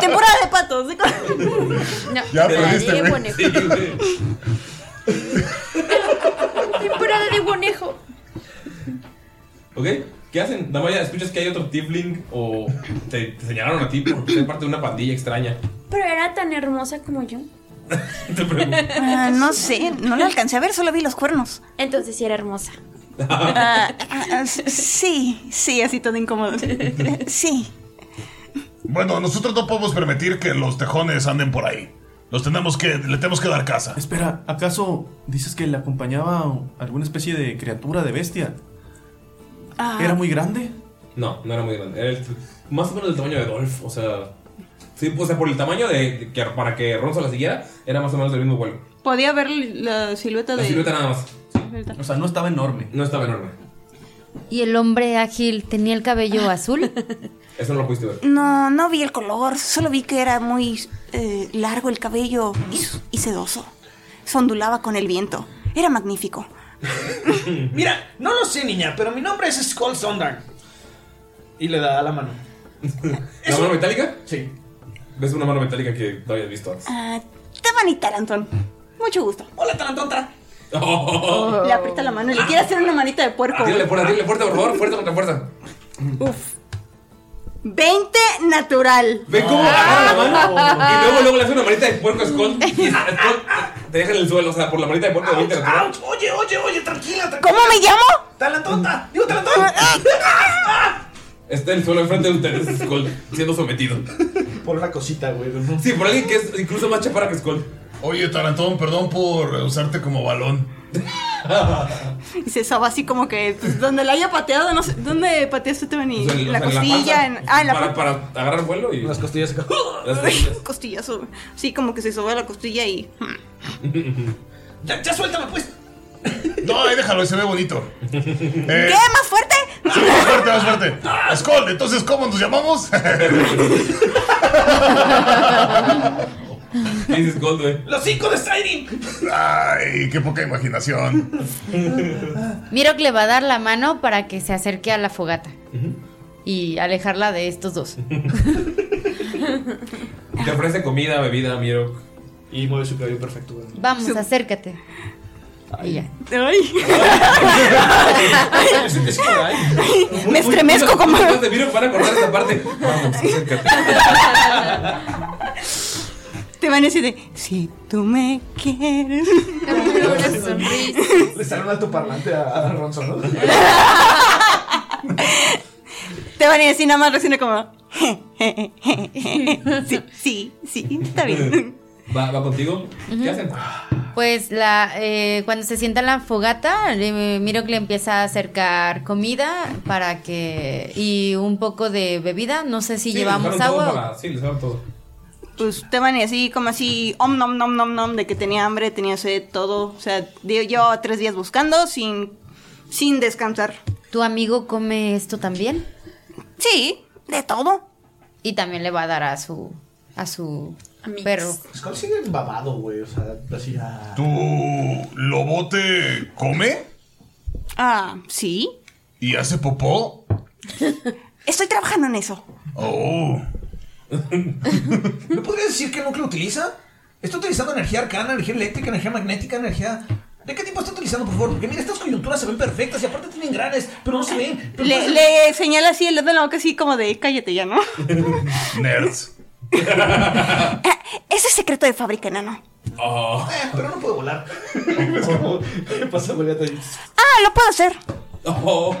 Temporada de patos. de co- Ya Te la perdiste, di, güey. conejo. Sí, güey. Temporada de conejo. ¿Ok? ¿Qué hacen? Damaya, ¿escuchas que hay otro tiefling o te, te señalaron a ti por ser parte de una pandilla extraña? Pero era tan hermosa como yo. Te pregunto. Ah, no sé, no le alcancé a ver, solo vi los cuernos. Entonces sí era hermosa. Ah, ah, ah, sí, sí, así todo incómodo. Sí. Bueno, nosotros no podemos permitir que los tejones anden por ahí. Los tenemos que. Le tenemos que dar casa. Espera, ¿acaso dices que le acompañaba alguna especie de criatura, de bestia? Ah. ¿Era muy grande? No, no era muy grande. Era el- más o menos del tamaño de Dolph. O sea, sí, o sea, por el tamaño de, de que para que Ronza la siguiera, era más o menos del mismo vuelo. Podía ver la silueta La de. silueta nada más. O sea, no estaba enorme. No estaba enorme. ¿Y el hombre ágil tenía el cabello azul? Eso no lo pudiste ver. No, no vi el color, solo vi que era muy eh, largo el cabello y, y sedoso. Se ondulaba con el viento. Era magnífico. Mira, no lo sé, niña, pero mi nombre es Skull Sondern. Y le da la mano. ¿La mano metálica? Sí. ¿Ves una mano metálica que no habías visto antes? Ah, Taban y Tarantón. Mucho gusto. Hola, Tarantonta. Oh, Le aprieta la mano y le quiere hacer una manita de puerco. Tírale fuerza, tírale fuerza, por favor. Fuerza contra fuerza. 20 natural. ¿Ven cómo agarra la mano? Y luego, luego le hace una manita de puerco a Scott. Y Scott te deja en el suelo. O sea, por la manita de puerco de 20 natural. Oye, oye, oye, tranquila, tranquila. ¿Cómo me llamo? Talantonta. Digo Talantonta. Está en el suelo enfrente de ustedes, Skull, siendo sometido. Por una cosita, güey. Sí, por alguien que es incluso más chaparra que Skull. Oye, Tarantón, perdón por usarte como balón. Y se soba así como que pues, donde la haya pateado, no sé. ¿Dónde pateaste tú, Benny? O sea, en- la o sea, en la costilla. panza. en- ah, en la para, panza. para agarrar vuelo y. Las costillas acá. Las costillas. costillazo. Sí, como que se soba la costilla y. hmm. Ya, ya suéltame, pues. No, ahí déjalo, se ve bonito. Eh, ¿Qué? ¿Más fuerte? Más fuerte, más fuerte. Skull, entonces, ¿cómo nos llamamos? Dices Skull, güey. Los hijos de Siren. Ay, qué poca imaginación. Miro que le va a dar la mano para que se acerque a la fogata y alejarla de estos dos. Te ofrece comida, bebida, miro. Y mueve su cabello perfecto, güey. Vamos, acércate. Y ya. ¿eh? Me estremezco como. Te miro para cortar esta parte. Vamos, acércate. Te van a decir de. Si tú me quieres. Le sale un alto parlante a, a Ronzo, ¿no? Te van a decir nada más recién como. Sí, sí, sí, está bien. ¿Va, va contigo? ¿Qué hacen? Pues la, eh, cuando se sienta en la fogata, le- miro que le empieza a acercar Ah, comida para que y un poco de Eh, bebida. No sé si Sí, llevamos les dejaron agua. todo o- para- sí, les dejaron todo. Pues te van a decir como así, om nom nom nom nom, de que tenía hambre, tenía sed, todo. O sea, yo yo tres días buscando sin, sin descansar. ¿Tu amigo come esto también? Sí, de todo. Y también le va a dar a su a su perro. Skull sigue babado, güey. O sea, así. ah. ¿Tu lobote come Ah, sí. y hace popó? Estoy trabajando en eso. Oh. ¿No podrías decir qué núcleo utiliza? Está utilizando energía arcana, energía eléctrica, energía magnética, energía. ¿De qué tipo está utilizando, por favor? Porque mira, estas coyunturas se ven perfectas y aparte tienen granes, pero no se ven. Pero no Le, se- le señala así el dedo en la boca, así como de cállate ya, ¿no? Nerds. Ese es secreto de fábrica, enano. Oh. Eh, pero no puedo volar. es como. Pasa, Goliat ahí. Ah, lo puedo hacer. Oh.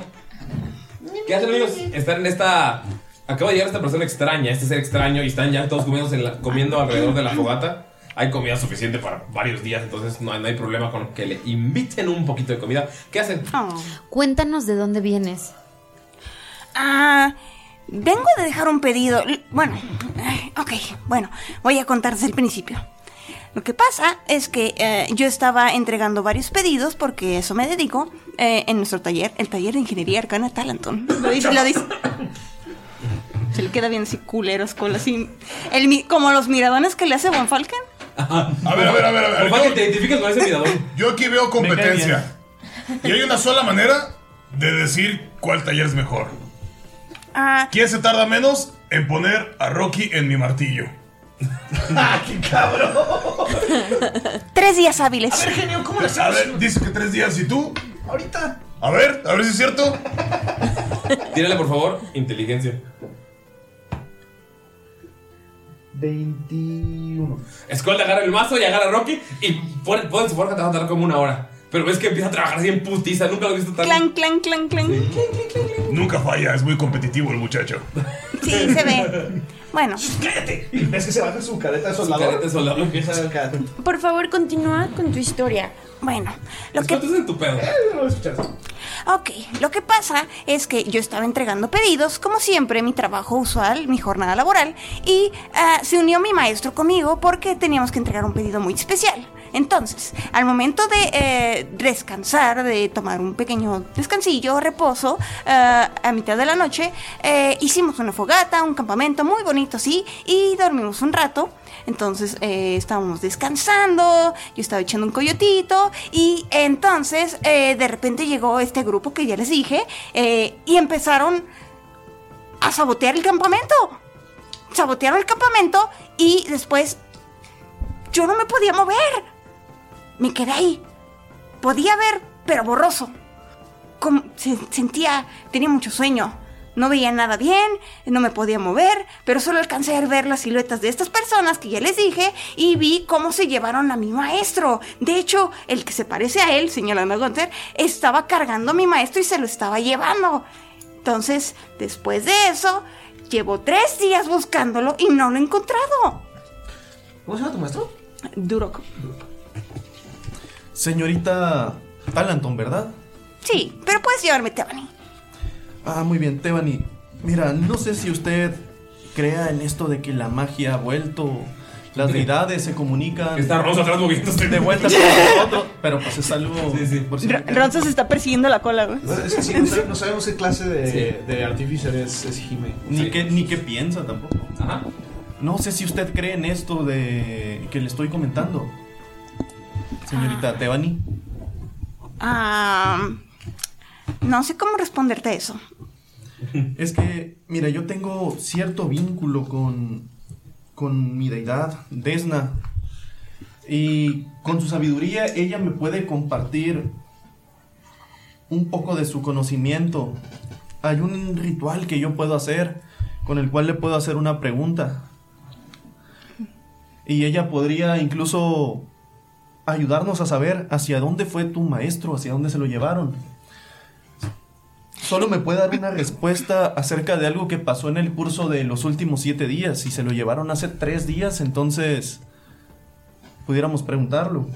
¿Qué hacen amigos? Están en esta... Acaba de llegar esta persona extraña, este ser extraño, y están ya todos comiendo, en la- comiendo alrededor de la fogata. Hay comida suficiente para varios días, entonces no hay, no hay problema con que le inviten un poquito de comida. ¿Qué hacen? Cuéntanos de dónde vienes. Ah, vengo de dejar un pedido. L- Bueno, ay, ok, bueno, voy a contar desde el principio. Lo que pasa es que eh, yo estaba entregando varios pedidos porque eso me dedico eh, en nuestro taller, el taller de ingeniería arcana Talanton. Lo dice, lo dice. Se le queda bien así culeros con así. el mi- como los miradones que le hace Von Falken. A ver, a ver, a ver, a ver. Papá, que te identificas con ese mirador. Yo aquí veo competencia. Y hay una sola manera de decir cuál taller es mejor. Ah, ¿Quién se tarda menos en poner a Rocky en mi martillo? ¡Qué cabrón! tres días hábiles. Genio, ¿cómo lo Pues, a sabes? ver, dice que tres días y tú. Ahorita. A ver, a ver si es cierto. Tírale, por favor, inteligencia. 21. Skull agarra el mazo y agarra a Rocky y pone, pone su forja, te va a tardar como una hora. Pero ves que empieza a trabajar así en putiza, nunca lo he visto tan... Clan, clan, clan, clan. Nunca falla, es muy competitivo el muchacho. Sí, se ve. Bueno, ¡Cállate! Y ves que se baja su careta de soldador. careta de soldador. Y empieza a acá. por favor, continúa con tu historia. Bueno, lo que... en tu pedo. Ok, lo que pasa es que yo estaba entregando pedidos, como siempre, mi trabajo usual, mi jornada laboral, y ah, se unió mi maestro conmigo porque teníamos que entregar un pedido muy especial. Entonces, al momento de eh, descansar, de tomar un pequeño descansillo, reposo, ah, a mitad de la noche, eh, hicimos una fogata, un campamento muy bonito, sí, y dormimos un rato. Entonces eh, estábamos descansando, yo estaba echando un coyotito y entonces eh, de repente llegó este grupo que ya les dije eh, y empezaron a sabotear el campamento. Sabotearon el campamento y después yo no me podía mover. Me quedé ahí. Podía ver, pero borroso. Como- se- sentía, tenía mucho sueño. No veía nada bien, no me podía mover, pero solo alcancé a ver las siluetas de estas personas que ya les dije y vi cómo se llevaron a mi maestro. De hecho, el que se parece a él, señalando a Gunther, estaba cargando a mi maestro y se lo estaba llevando. Entonces, después de eso, llevo tres días buscándolo y no lo he encontrado. ¿Cómo se llama tu maestro? Durok. Señorita Talanton, ¿verdad? Sí, pero puedes llevarme, Tebani. Ah, muy bien, Tebani. Mira, no sé si usted crea en esto de que la magia ha vuelto, las deidades se comunican. Está Rosa atrás este moviéndose. De vuelta con nosotros, pero pues es algo. por si- Ronza se está persiguiendo la cola, güey. Es que sí, no, sabe- no sabemos qué clase de, de artificer es, es Jime. Ni, qué, ni qué piensa tampoco. No sé si usted cree en esto de que le estoy comentando. Señorita Tebani. Ah, no sé cómo responderte a eso. Es que, mira, yo tengo cierto vínculo con, con mi deidad, Desna. Y con su sabiduría, ella me puede compartir un poco de su conocimiento. Hay un ritual que yo puedo hacer, con el cual le puedo hacer una pregunta. Y ella podría incluso ayudarnos a saber hacia dónde fue tu maestro, hacia dónde se lo llevaron. Solo me puede dar una respuesta acerca de algo que pasó en el curso de los últimos siete días. y se lo llevaron hace tres días, entonces pudiéramos preguntarlo.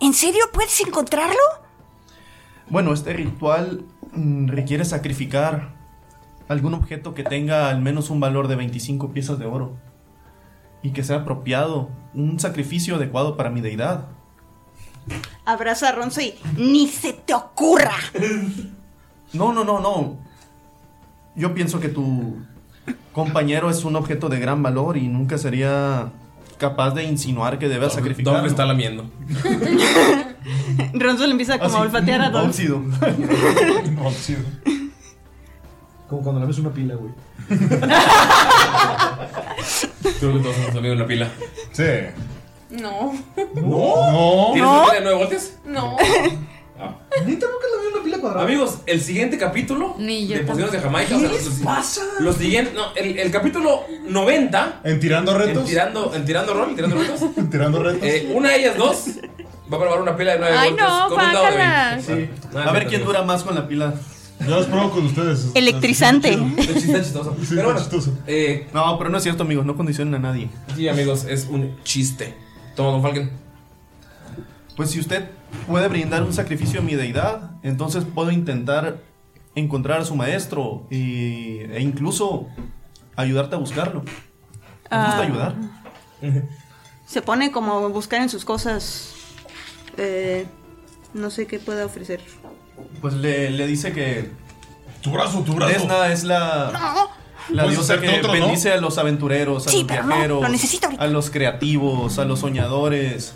¿En serio puedes encontrarlo? Bueno, este ritual mm, requiere sacrificar algún objeto que tenga al menos un valor de 25 piezas de oro y que sea apropiado, un sacrificio adecuado para mi deidad. Abraza a Ronza y ni se te ocurra. No, no, no, no. Yo pienso que tu compañero es un objeto de gran valor y nunca sería capaz de insinuar que debe sacrificarlo. Dom está lamiendo. Ronzo le empieza como a olfatear a Dol. Óxido. Óxido. Como cuando le ves una pila, güey. Creo que todos somos amigos en la pila. Sí. No. No. ¿Tienes No. una pila de nueve voltios? No. Ni tampoco le ves una pila cuadrada. Amigos, el siguiente capítulo Ni de Posiciones de Jamaica. ¿Qué o sea, les los- pasa? Los siguientes. No, el, el capítulo 90. ¿En tirando retos? En tirando, en tirando rol, en tirando retos. Tirando retos. Eh, una de ellas dos va a probar una pila de nueve Ay, voltios no, con un dado de guácala. 20. Sí. Nada, A ver neta, quién sí. dura más con la pila. Yo los pruebo con ustedes. Electrizante. Está chis- está chistoso. Pero bueno, eh, No, pero no es cierto, amigos, no condicionen a nadie. sí, amigos, es un chiste. Toma, Don Falken. Pues si usted puede brindar un sacrificio a mi deidad, entonces puedo intentar encontrar a su maestro y- e incluso ayudarte a buscarlo. ¿Te Ah. gusta ayudar? Se pone como a buscar en sus cosas. Eh, no sé qué pueda ofrecer. Pues le, le dice que... Tu brazo, tu brazo. Desna es la, la Puedes diosa hacerte que otro, ¿no? bendice a los aventureros, a Sí, los pero no, viajeros, lo necesito ahorita. a los creativos, a los soñadores.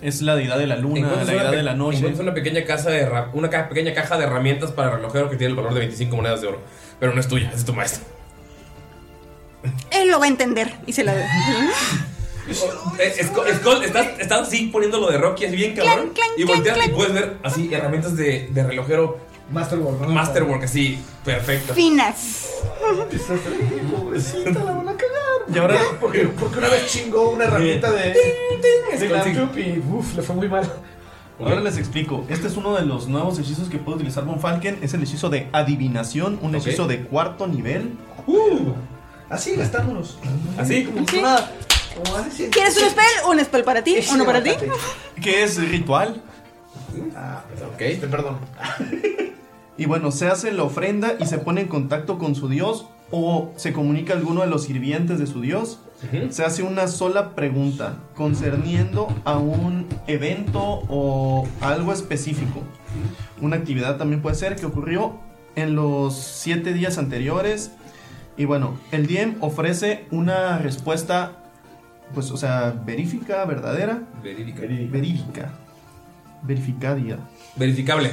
Es la deidad de la luna, la Encuentras deidad pe- de la noche. encuentras una pequeña casa de herra- una ca- pequeña caja de herramientas para el relojero que tiene el valor de 25 monedas de oro, pero no es tuya, es de tu maestro. Él lo va a entender. Y se la ve. Eh, Skull, Skull, estás, estás así poniendo lo de Rocky así bien cabrón y volteas y puedes ver así herramientas de, de relojero Masterwork, ¿no? Masterwork así perfecto. Finas. Pobrecita, la van a cagar. Y ahora- Porque, porque una vez chingó una herramienta de. de Skull, sí. Lamp y uff, le fue muy mal. Ahora les explico. Este es uno de los nuevos hechizos que puede utilizar Von Falken. Es el hechizo de adivinación, un hechizo de cuarto nivel. Así, gastándonos. ¿Así? Como Sí. una- como así. ¿Quieres un spell? Un spell para ti, Sí, uno para ti. ¿Qué es ritual? Este, Ah, ok. Te perdono. Y bueno, se hace la ofrenda y se pone en contacto con su dios o se comunica a alguno de los sirvientes de su dios. Se hace una sola pregunta concerniendo a un evento o algo específico. Una actividad también puede ser que ocurrió en los siete días anteriores. Y bueno, el DM ofrece una respuesta, pues, o sea, verífica, verdadera. Verídica. Verídica. eh, Verificadia. Verificable.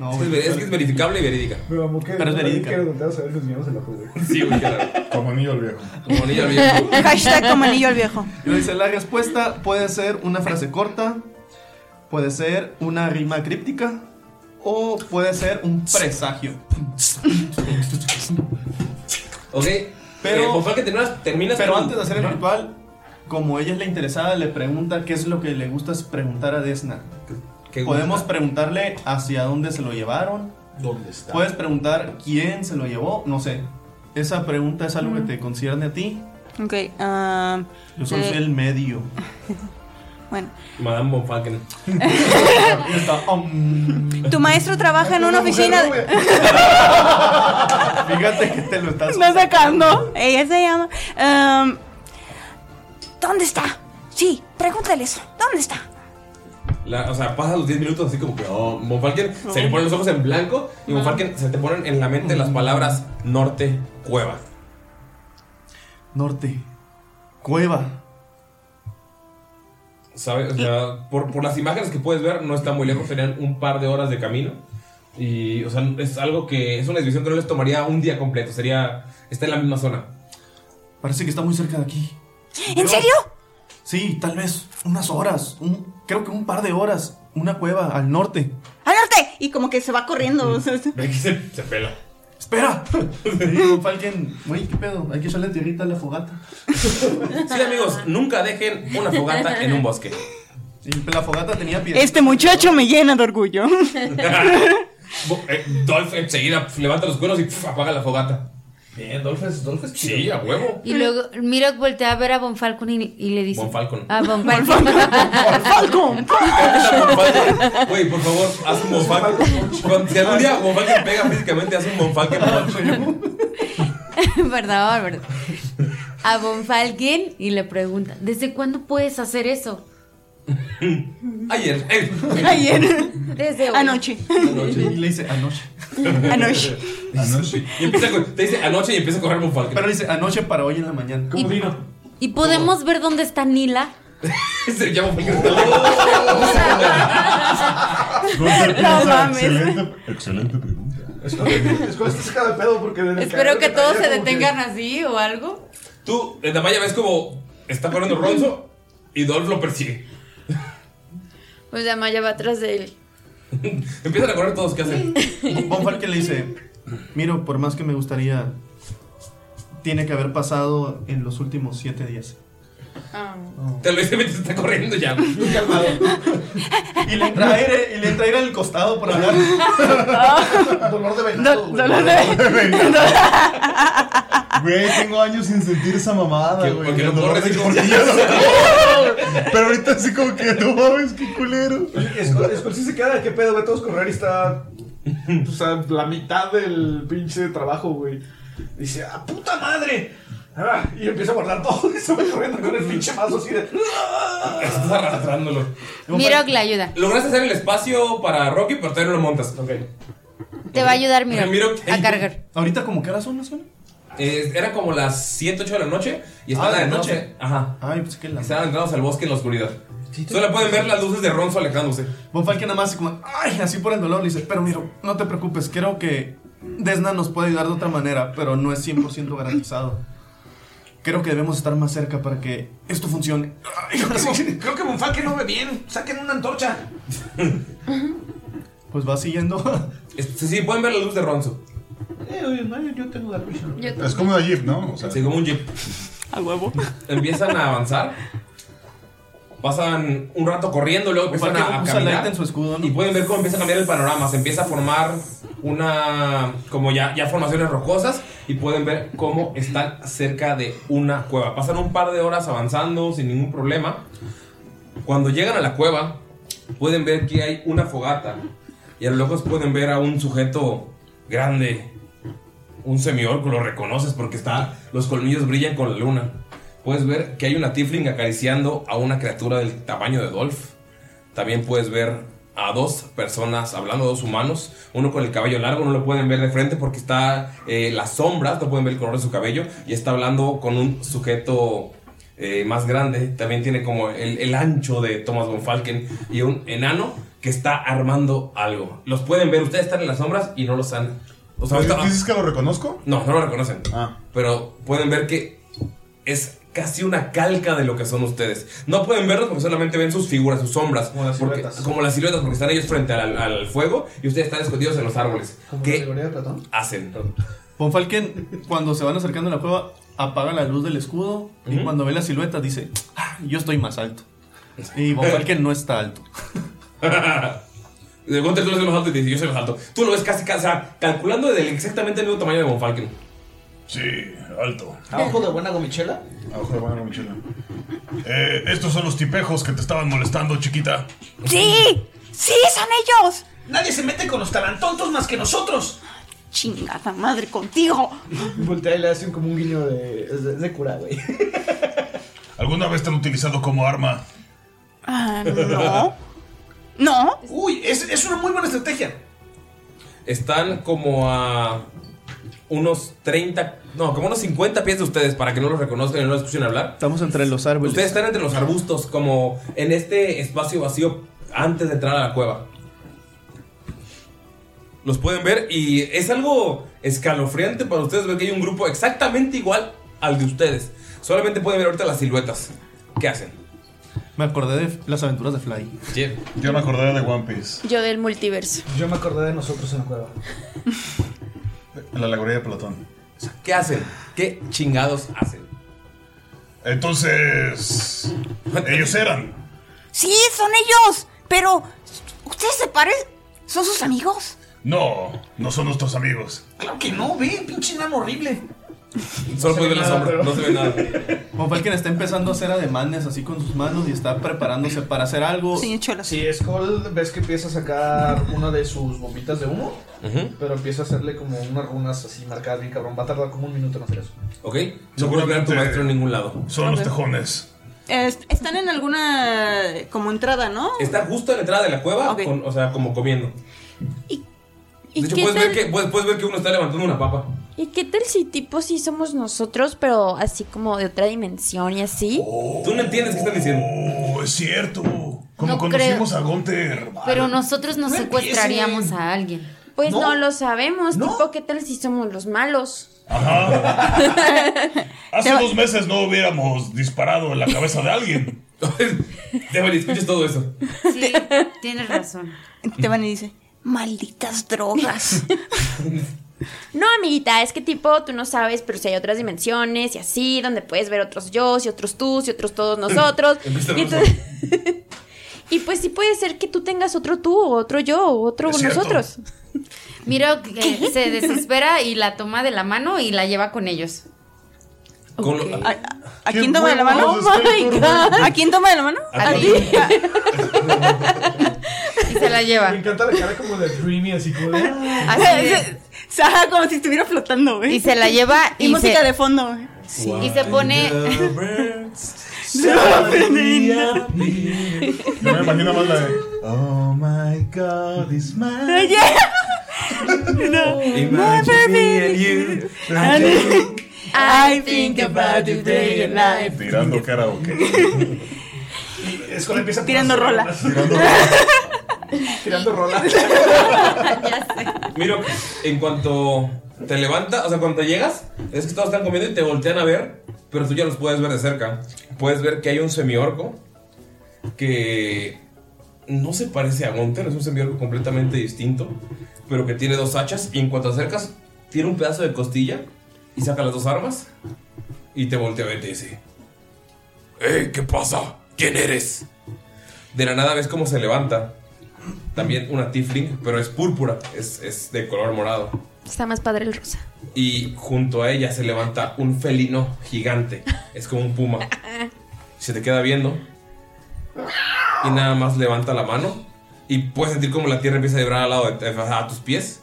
No, Es que es ver- es que es verificable y verídica. Pero amo que. Pero es verídica. Quiero contar a ver si nos guiamos en la jugada. Sí, güey, claro. Como anillo al viejo. Como anillo al viejo. Hashtag como anillo al viejo. Y dice, la respuesta puede ser una frase corta, puede ser una rima críptica o puede ser un presagio. ok, eh, pues, pero... que terminas, pero con- antes de hacer el ritual, como ella es la interesada, le pregunta qué es lo que le gusta preguntar a Desna. qué Podemos gusta? preguntarle hacia dónde se lo llevaron. ¿Dónde está? Puedes preguntar quién se lo llevó, no sé. Esa pregunta es algo que te concierne a ti. Ok. ah, Yo soy eh, el medio. Bueno. Madame Bonfalken. Y está, um, Tu maestro trabaja en una oficina. de- Fíjate que te lo estás. Está sacando. Ella se llama. Em, ¿Dónde está? Sí, pregúntale eso. ¿Dónde está? La- o sea, pasan los 10 minutos así como que, oh, Monfalken se le ponen los ojos en blanco y Monfalken se te ponen en la mente las palabras norte, cueva. Norte. Cueva. ¿Sabes? O sea, por, por las imágenes que puedes ver, no está muy lejos, serían un par de horas de camino. Y, o sea, es algo que es una división que no les tomaría un día completo, sería, está en la misma zona. Parece que está muy cerca de aquí. ¿En serio? Sí, tal vez unas horas, un- creo que un par de horas, una cueva al norte. ¡Al norte! Y como que se va corriendo. se, se pela. ¡Espera! Le digo, Falken, güey, ¿qué pedo? Hay que echarle tierrita a la fogata. Sí, amigos, nunca dejen una fogata en un bosque. pues, La fogata tenía piedra. Este muchacho me llena de orgullo. Bo- eh, Dolph enseguida levanta los cuernos y pf, apaga la fogata. Bien, Dolph es, Dolph es Sí, a huevo. Y luego Mirok voltea a ver a Von Falcon y, y le dice... Von Falcon. A Von Falcon. Falcon. Güey, por favor, haz un Monfalken. Cuando- Si algún día Monfalken pega físicamente, haz un Monfalken. punch. Perdón, perdón. A Von Falken y le pregunta, ¿desde cuándo puedes hacer eso? Ayer. Ayer. Desde hoy. Anoche. Y le dice, anoche. Anoche. Ah, Anoche. Y empieza a co- te dice anoche y empieza a correr Monfalken. Pero le dice, anoche para hoy en la mañana. ¿Cómo vino? ¿Y podemos ver dónde está Nila? Se llama Monfalken. Oh. Gunter No piensa, mames. Excelente, excelente pregunta. Es cuando está sacado de pedo porque. en el Espero cagadero que todos traía se como que- detengan así o algo. Tú, en Damaya, ves como está corriendo Ronzo y Dolph lo persigue. Pues ya Maya va atrás de él. Empiezan a correr todos, ¿qué hacen? Von Falken le dice, miro, por más que me gustaría, tiene que haber pasado en los últimos siete días. Te lo dice mientras está corriendo ya. Calmado. Y le entra aire, y le entra aire al costado por hablar. Dolor de venado. güey. Güey, tengo años sin sentir esa mamada, güey. Porque no El dolor corres de así como- cordillas. Pero ahorita así como que no mames, qué culero. Y Skull, Skull sí se queda, ¿qué pedo? Ve a todos correr y está. O sea, la mitad del pinche trabajo, güey. Dice, ¡ah, puta madre! Ah, y empieza a guardar todo y se va corriendo con el pinche mazo así de. Estás arrastrándolo. Mirok le ayuda. Lograste hacer el espacio para Rocky, pero todavía no lo montas. Ok. Te va a ayudar Mirok Mirok, a cargar. Ahorita como que ahora son, ¿no son? Eh, era como las 7, 8 de la noche y están Ah, de adentrados. noche. Ajá. Ay, pues que la... Están adentrados al bosque en la oscuridad. Solo pueden ver las luces de Ronzo alejándose. Von Falken nada más como, ay, así por el dolor, le dice, pero mira, no te preocupes, creo que Desna nos puede ayudar de otra manera, pero no es 100% garantizado. Creo que debemos estar más cerca para que esto funcione. Ay, ahora sí. Creo que Monfalque no ve bien. Saquen una antorcha. Pues va siguiendo. Este, sí, pueden ver la luz de Ronzo. Eh, oye, no, yo- yo tengo la lucha. Es como una Jeep, ¿no? O sea, Sí, como un jeep. A huevo. Empiezan a avanzar. Pasan un rato corriendo, luego Von empiezan Falken a, a usa light caminar. en su escudo, ¿no? Y pueden ver cómo empieza a cambiar el panorama. Se empieza a formar una como ya, ya formaciones rocosas y pueden ver cómo están cerca de una cueva. Pasan un par de horas avanzando sin ningún problema. Cuando llegan a la cueva, pueden ver que hay una fogata y a lo lejos pueden ver a un sujeto grande, un semiorco, lo reconoces porque está, los colmillos brillan con la luna. Puedes ver que hay una tiefling acariciando a una criatura del tamaño de Dolph. También puedes ver a dos personas hablando, dos humanos, uno con el cabello largo, no lo pueden ver de frente porque está eh, las sombras, no pueden ver el color de su cabello, y está hablando con un sujeto eh, más grande, también tiene como el, el ancho de Thomas von Falken, y un enano que está armando algo. Los pueden ver, ustedes están en las sombras y no los han... O sea, ahorita- ¿Dices que lo reconozco? no, no lo reconocen. Pero pueden ver que es casi una calca de lo que son ustedes. No pueden verlos porque solamente ven sus figuras, sus sombras. Como las siluetas. Como las siluetas, porque están ellos frente al, al fuego y ustedes están escondidos en los árboles. ¿Qué hacen? Bonfalken, cuando se van acercando a la cueva, apaga la luz del escudo y Ujú. cuando ve la silueta dice, "Ah, yo estoy más alto. Y Bonfalken no está alto. De Gunter, tú eres el más alto y te dice, yo soy el más alto. Tú lo ves casi, casi, o sea, calculando del exactamente el mismo tamaño de Bonfalken. Sí, alto. ¿Abajo de buena gomichela? Ah, Abajo de buena gomichela. Eh, estos son los tipejos que te estaban molestando, chiquita. ¡Sí! ¡Sí, son ellos! Nadie se mete con los tarantontos más que nosotros. Chingada madre contigo. Voltea y le hacen como un guiño de, es de, es de cura, güey. ¿Alguna vez te han utilizado como arma? Ah, no. No. Uy, es, es una muy buena estrategia. Están como a unos 30, no, como unos 50 pies de ustedes para que no los reconozcan y no los escuchen hablar. Estamos entre los árboles. Ustedes están entre los arbustos, como en este espacio vacío antes de entrar a la cueva. Los pueden ver y es algo escalofriante para ustedes ver que hay un grupo exactamente igual al de ustedes. Solamente pueden ver ahorita las siluetas. ¿Qué hacen? Me acordé de las aventuras de Fly. Yo me acordé de One Piece. Yo del multiverso. Yo me acordé de nosotros en la cueva. La alegoría de Platón. ¿Qué hacen? ¿Qué chingados hacen? Entonces. Ellos eran. Sí, son ellos. Pero, ¿ustedes se parecen? ¿Son sus amigos? No, no son nuestros amigos. Claro que no, ve, pinche enano horrible. Solo pueden ver la sombra, no se ve nada. Bonfalken está empezando a hacer ademanes así con sus manos y está preparándose para hacer algo. Sí, Sí, Skull, ves que empieza a sacar una de sus bombitas de humo, pero empieza a hacerle como unas runas así marcadas bien cabrón. Va a tardar como un minuto en hacer eso. ¿Ok? No puedo ver a tu maestro en ningún lado. Son los tejones. Es- están en alguna eh, como entrada, ¿no? Está justo en la entrada de la cueva, Ok. con- o sea, como comiendo. ¿Y De hecho, qué puedes ver, tal, que, puedes- puedes ver que uno está levantando una papa. ¿Y qué tal si tipo si somos nosotros, pero así como de otra dimensión y así? Tú no entiendes qué están diciendo. Oh, es cierto. Como No conocimos a Gunter. Pero nosotros nos secuestraríamos a alguien. Pues no, lo sabemos. Tipo, ¿qué tal si somos los malos? Hace dos meses no hubiéramos disparado en la cabeza de alguien. Déjame, escuches todo eso. Sí, tienes razón. Te van y dice, malditas drogas. No, amiguita, es que tipo, tú no sabes, pero si hay otras dimensiones y así, donde puedes ver otros yo, y otros tú, y otros todos nosotros. Empieza y, con tú- y pues sí puede ser que tú tengas otro tú, o otro yo, o otro Es cierto. nosotros. Miro que se desespera y la toma de la mano y la lleva con ellos. Con lo- ¿A, a- a quién toma de la mano? huevos, Oh my espérate, God. güey. ¿A quién toma de la mano? A ti. Y se la lleva. Me encanta la cara como de Dreamy, así como de. Así de- Ajá, como si estuviera flotando, güey. Y se la lleva Ah, y, y música se- de fondo, güey. Y se pone. Yo me imagino más la de. Oh my god, is my. Oye. No. Imagine me and you. I think about you day and night. Tirando karaoke. Y Skull empieza a Tirando rola. Tirando rola. Miro, en cuanto te levantas, o sea, cuando te llegas, es que todos están comiendo y te voltean a ver, pero tú ya los puedes ver de cerca. Puedes ver que hay un semiorco que no se parece a Gunter, es un semiorco completamente distinto, pero que tiene dos hachas y en cuanto te acercas, tiene un pedazo de costilla y saca las dos armas y te voltea a ver y te dice, ¡Ey, qué pasa! ¿Quién eres? De la nada ves cómo se levanta También una tiefling, pero es púrpura, es, es de color morado. Está más padre el rosa. Y junto a ella se levanta un felino gigante. Es como un puma. Se te queda viendo. Y nada más levanta la mano. Y puedes sentir como la tierra empieza a vibrar al lado de, eh, a tus pies.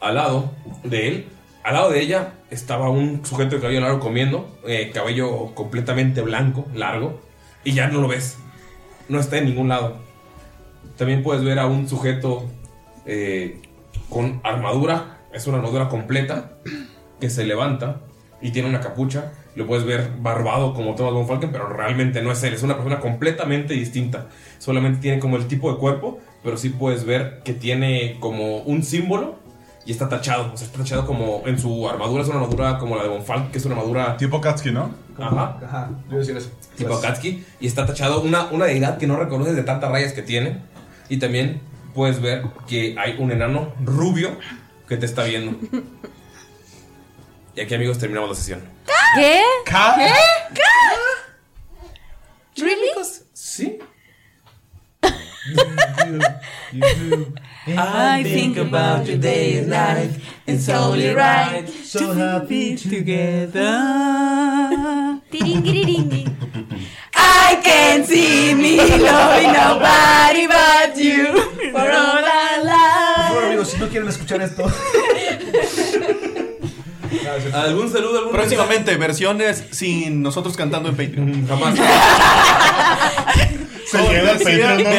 Al lado de él. Al lado de ella estaba un sujeto de cabello largo comiendo. eh, cabello completamente blanco, largo. Y ya no lo ves. No está en ningún lado. También puedes ver a un sujeto eh, con armadura, es una armadura completa, que se levanta y tiene una capucha. Lo puedes ver barbado como Thomas Von Falken, pero realmente no es él, es una persona completamente distinta. Solamente tiene como el tipo de cuerpo, pero sí puedes ver que tiene como un símbolo y está tachado. O sea, está tachado como en su armadura, es una armadura como la de Von Falken, que es una armadura. Tipo Katsuki, ¿no? Ajá Ajá, yo iba a decir eso. tipo Akatsuki, y está tachado una, una deidad que no reconoces de tantas rayas que tiene. Y también puedes ver que hay un enano rubio que te está viendo. Y aquí, amigos, terminamos la sesión. ¿Qué? Ca- ¿Qué? ¿Qué? Sí. I think about your day and night. It's only right. So happy together. I can see me loving nobody but you for all I love. Por favor, amigos, si no quieren escuchar esto. ¿Algún saludo? Algún Próximamente, versiones sin nosotros cantando en Patreon. Jamás. Se llega al Patreon, ¿no?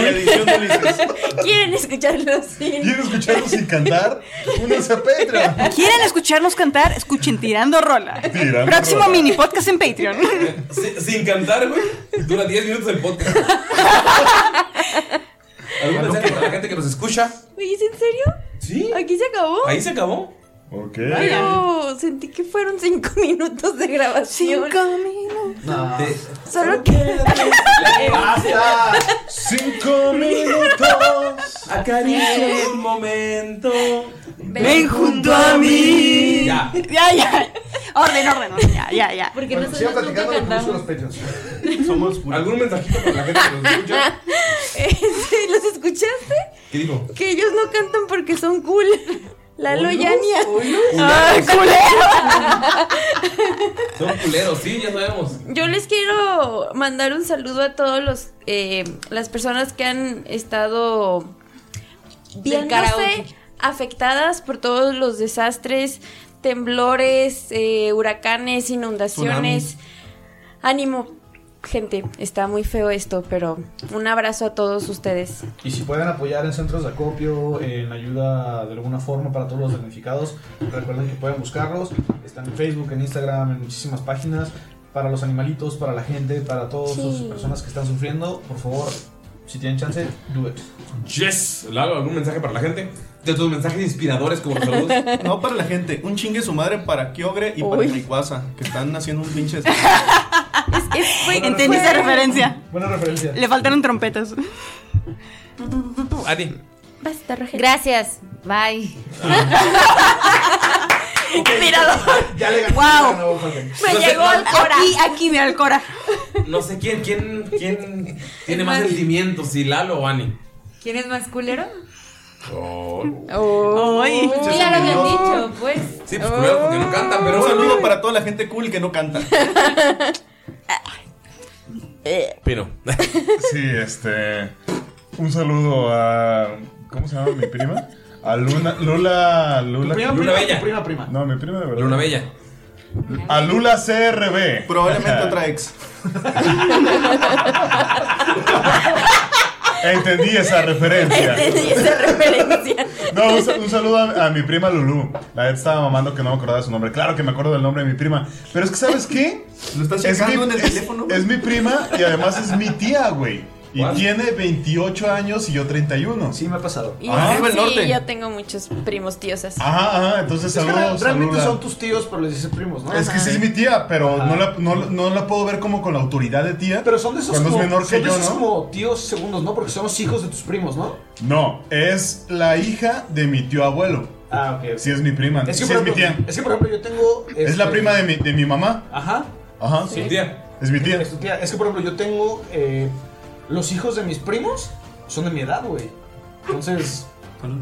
¿Quieren escucharlo sin? ¿Quieren escucharlo sin cantar? Únanse a Patreon. ¿Quieren escucharnos cantar? Escuchen Tirando Rola. Tirando Próximo Rola. mini podcast en Patreon. Sin, sin cantar, güey. Dura 10 minutos el podcast. ¿Algún mensaje para la gente que nos escucha? Oye, ¿es en serio? Sí. ¿Aquí se acabó? Ahí se acabó. Ok. Pero sentí que fueron cinco minutos de grabación. Cinco minutos. Solo que. ¡Basta! Cinco minutos. Acaricia un momento. Ven junto a mí. Ya. Ya, ya. Orden, orden, orden. Ya, ya, ya. Porque no Sigan platicando lo que busco en los pechos. Somos ¿Algún mensajito para la gente que nos escucha? Este, ¿Los escuchaste? ¿Qué dijo? Que ellos no cantan porque son cool. Lalo y Ah, ¿Oídos? Ania. ¡Ay, culero! Son culeros, sí, ya sabemos. Yo les quiero mandar un saludo a todos los eh, las personas que han estado viéndose karaoke. afectadas por todos los desastres, temblores, eh, huracanes, inundaciones. Tsunamis. Ánimo, gente, está muy feo esto, pero un abrazo a todos ustedes. Y si pueden apoyar en centros de acopio, en ayuda de alguna forma para todos los damnificados, recuerden que pueden buscarlos. Están en Facebook, en Instagram, en muchísimas páginas. Para los animalitos, para la gente, para todas Sí. las personas que están sufriendo, por favor, si tienen chance, do it. Yes. Lalo, ¿algún mensaje para la gente? De tus mensajes inspiradores como los saludos. No para la gente, un chingue su madre para Kyogre y para Rayquaza, que están haciendo un pinche. Entendí esa referencia. Buena referencia. Le faltaron trompetas. Adi. Gracias. Bye. Ya le gané. Wow. Me No sé, llegó no- el Cora. Aquí, aquí, mira el Cora. No sé quién, quién, quién tiene más sentimientos, si Lalo o Ani. ¿Quién es más culero? Ay. ya lo habían dicho, pues. Sí, pues cuidado porque no canta, pero un saludo para toda la gente cool que no canta. Oh. Pino. Sí, este. Un saludo a. ¿Cómo se llama mi prima? A Luna. Lula. Lula. prima, Lula prima, tu prima, prima. No, mi prima de verdad. Luna Bella. A Lula CRB. Probablemente otra ex. Entendí esa referencia. Entendí esa referencia. No, un, sa- un saludo a, a mi prima Lulu. La neta estaba mamando que no me acordaba de su nombre. Claro que me acuerdo del nombre de mi prima. Pero es que, ¿sabes qué? Lo estás checando en el teléfono, güey. Es mi prima y además es mi tía, güey. Y tiene 28 años y yo 31. Sí, me ha pasado. Y Ah, sí, yo tengo muchos primos tíos así. Ajá, ajá, entonces Es que saludos. realmente saluda. son Tus tíos, pero les dicen primos, ¿no? Es que sí es mi tía, pero no la, no, la- no la puedo ver como con la autoridad de tía. Pero son de Esos Cuando como- es menor son que de yo, esos ¿no? como tíos segundos, ¿no? Porque somos hijos de tus primos, ¿no? No, es la hija de mi tío abuelo. Ah, ok. Sí es mi prima, Es sí que, es por mi ejemplo, tía. es que, por ejemplo, yo tengo. Es Este. la prima de mi, de mi mamá. Ajá. Ajá. Sí. Es mi tía. Es tu tía. Es que, por ejemplo, yo tengo eh, los hijos de mis primos son de mi edad, güey. Entonces.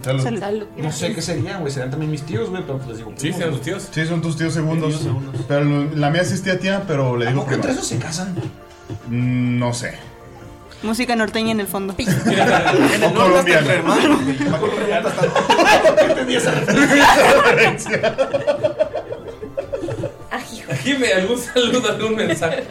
Salud. Salud. No sé qué serían, güey. Serían también mis tíos, güey, pero pues les digo. primos, güey. tíos. Sí, son tus tíos segundos. Pero lo- la mía sí es tía tía, pero Ah, le digo poco prima. entre esos se casan? Mm, No sé. Música norteña en el fondo. O colombiana. Jime, algún saludo, algún mensaje.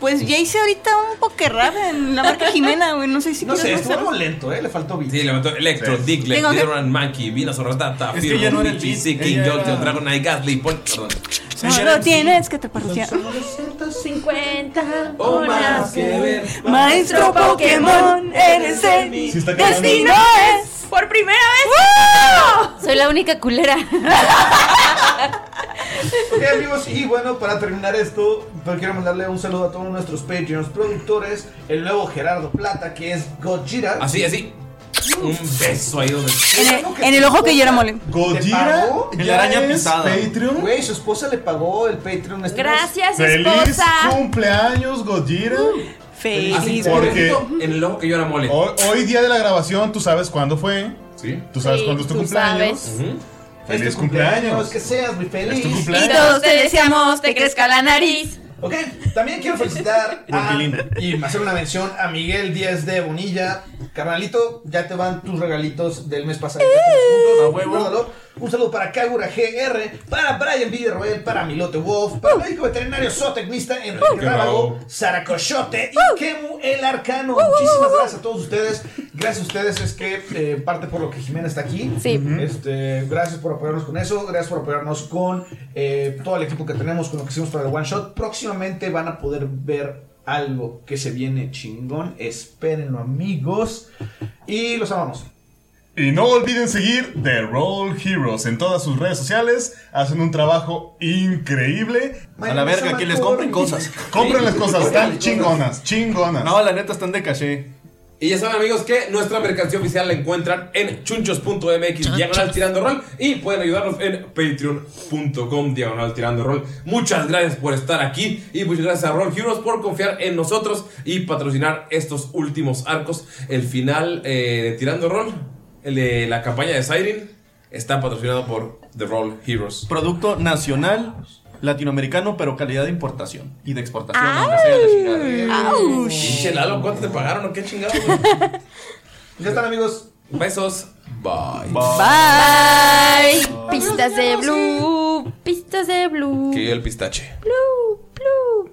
Pues ya hice ahorita un poker rap en la marca Jimena, güey. No sé si No sé, quieres estuvo hacerlo. algo lento, ¿eh? Le faltó beat. Sí, levantó Electro, Dick, Tengo que- Leon, Monkey, Vino, Sorratata, Es que ya no Firmo, era el Michi, beat, Siki, ella Jolteon, era- Dragonite, Gasly, Pon. Perdón. Solo tienes que te parrotear. 950 o más que ver. Maestro Pokémon, eres el destino. es por primera vez. Soy la única culera. Ok, amigos, y bueno, para terminar esto, pero quiero mandarle un saludo a todos nuestros Patreons productores. El nuevo Gerardo Plata, que es Gojira. Así, así. Un beso ahí donde. En el, en el ojo que yo era mole. Gojira, El araña pisada. Patreon. Güey, su esposa le pagó el Patreon. este mes. Gracias, ¡Feliz esposa. Uh, cumpleaños, Gojira! Así, Porque porque en el ojo que yo era mole. Oh, hoy, hoy día de la grabación, tú sabes cuándo fue. Sí. Tú sabes Sí, cuándo es tu tú cumpleaños. sabes. Ujú. ¡Feliz Este cumpleaños! Que seas muy feliz. tu Y cumpleaños. todos te deseamos, te crezca la nariz. Ok, también quiero felicitar a, y hacer una mención a Miguel Díaz de Bonilla. Carnalito, ya te van tus regalitos del mes pasado. Juntos, guárdalo. Un saludo para Kagura GR, para Brian Villarroel, para Milote Wolf, para el médico veterinario zootecnista Enrique Enrique Rábago. Rábago, Sara Cochote y Kemu el Arcano. Muchísimas gracias a todos ustedes. Gracias a ustedes es que eh, parte por lo que Jimena está aquí. Sí. Ujú. Este, gracias por apoyarnos con eso. Gracias por apoyarnos con eh, todo el equipo que tenemos, con lo que hicimos para el One Shot. Próximamente van a poder ver algo que se viene chingón. Espérenlo, amigos. Y los amamos. Y no olviden seguir The Roll Heroes en todas sus redes sociales. Hacen un trabajo increíble. A la verga, que les compren cosas. Compren las cosas, están chingonas, chingonas. No, la neta, están de caché. Y ya saben amigos que nuestra mercancía oficial la encuentran en chunchos.mx diagonal tirando rol y pueden ayudarnos en patreon.com diagonal tirando rol. Muchas gracias por estar aquí y muchas gracias a Roll Heroes por confiar en nosotros y patrocinar estos últimos arcos. El final eh, de tirando rol, el de la campaña de Siren, está patrocinado por The Roll Heroes. Producto nacional, latinoamericano, pero calidad de importación y de exportación. aunque sea de chingada. Pinche Lalo, ¿cuánto te pagaron o qué chingados? ya están amigos. Besos. Bye. Bye. Pistas de blue. Pistas de blue. Que el pistache. Blue, blue.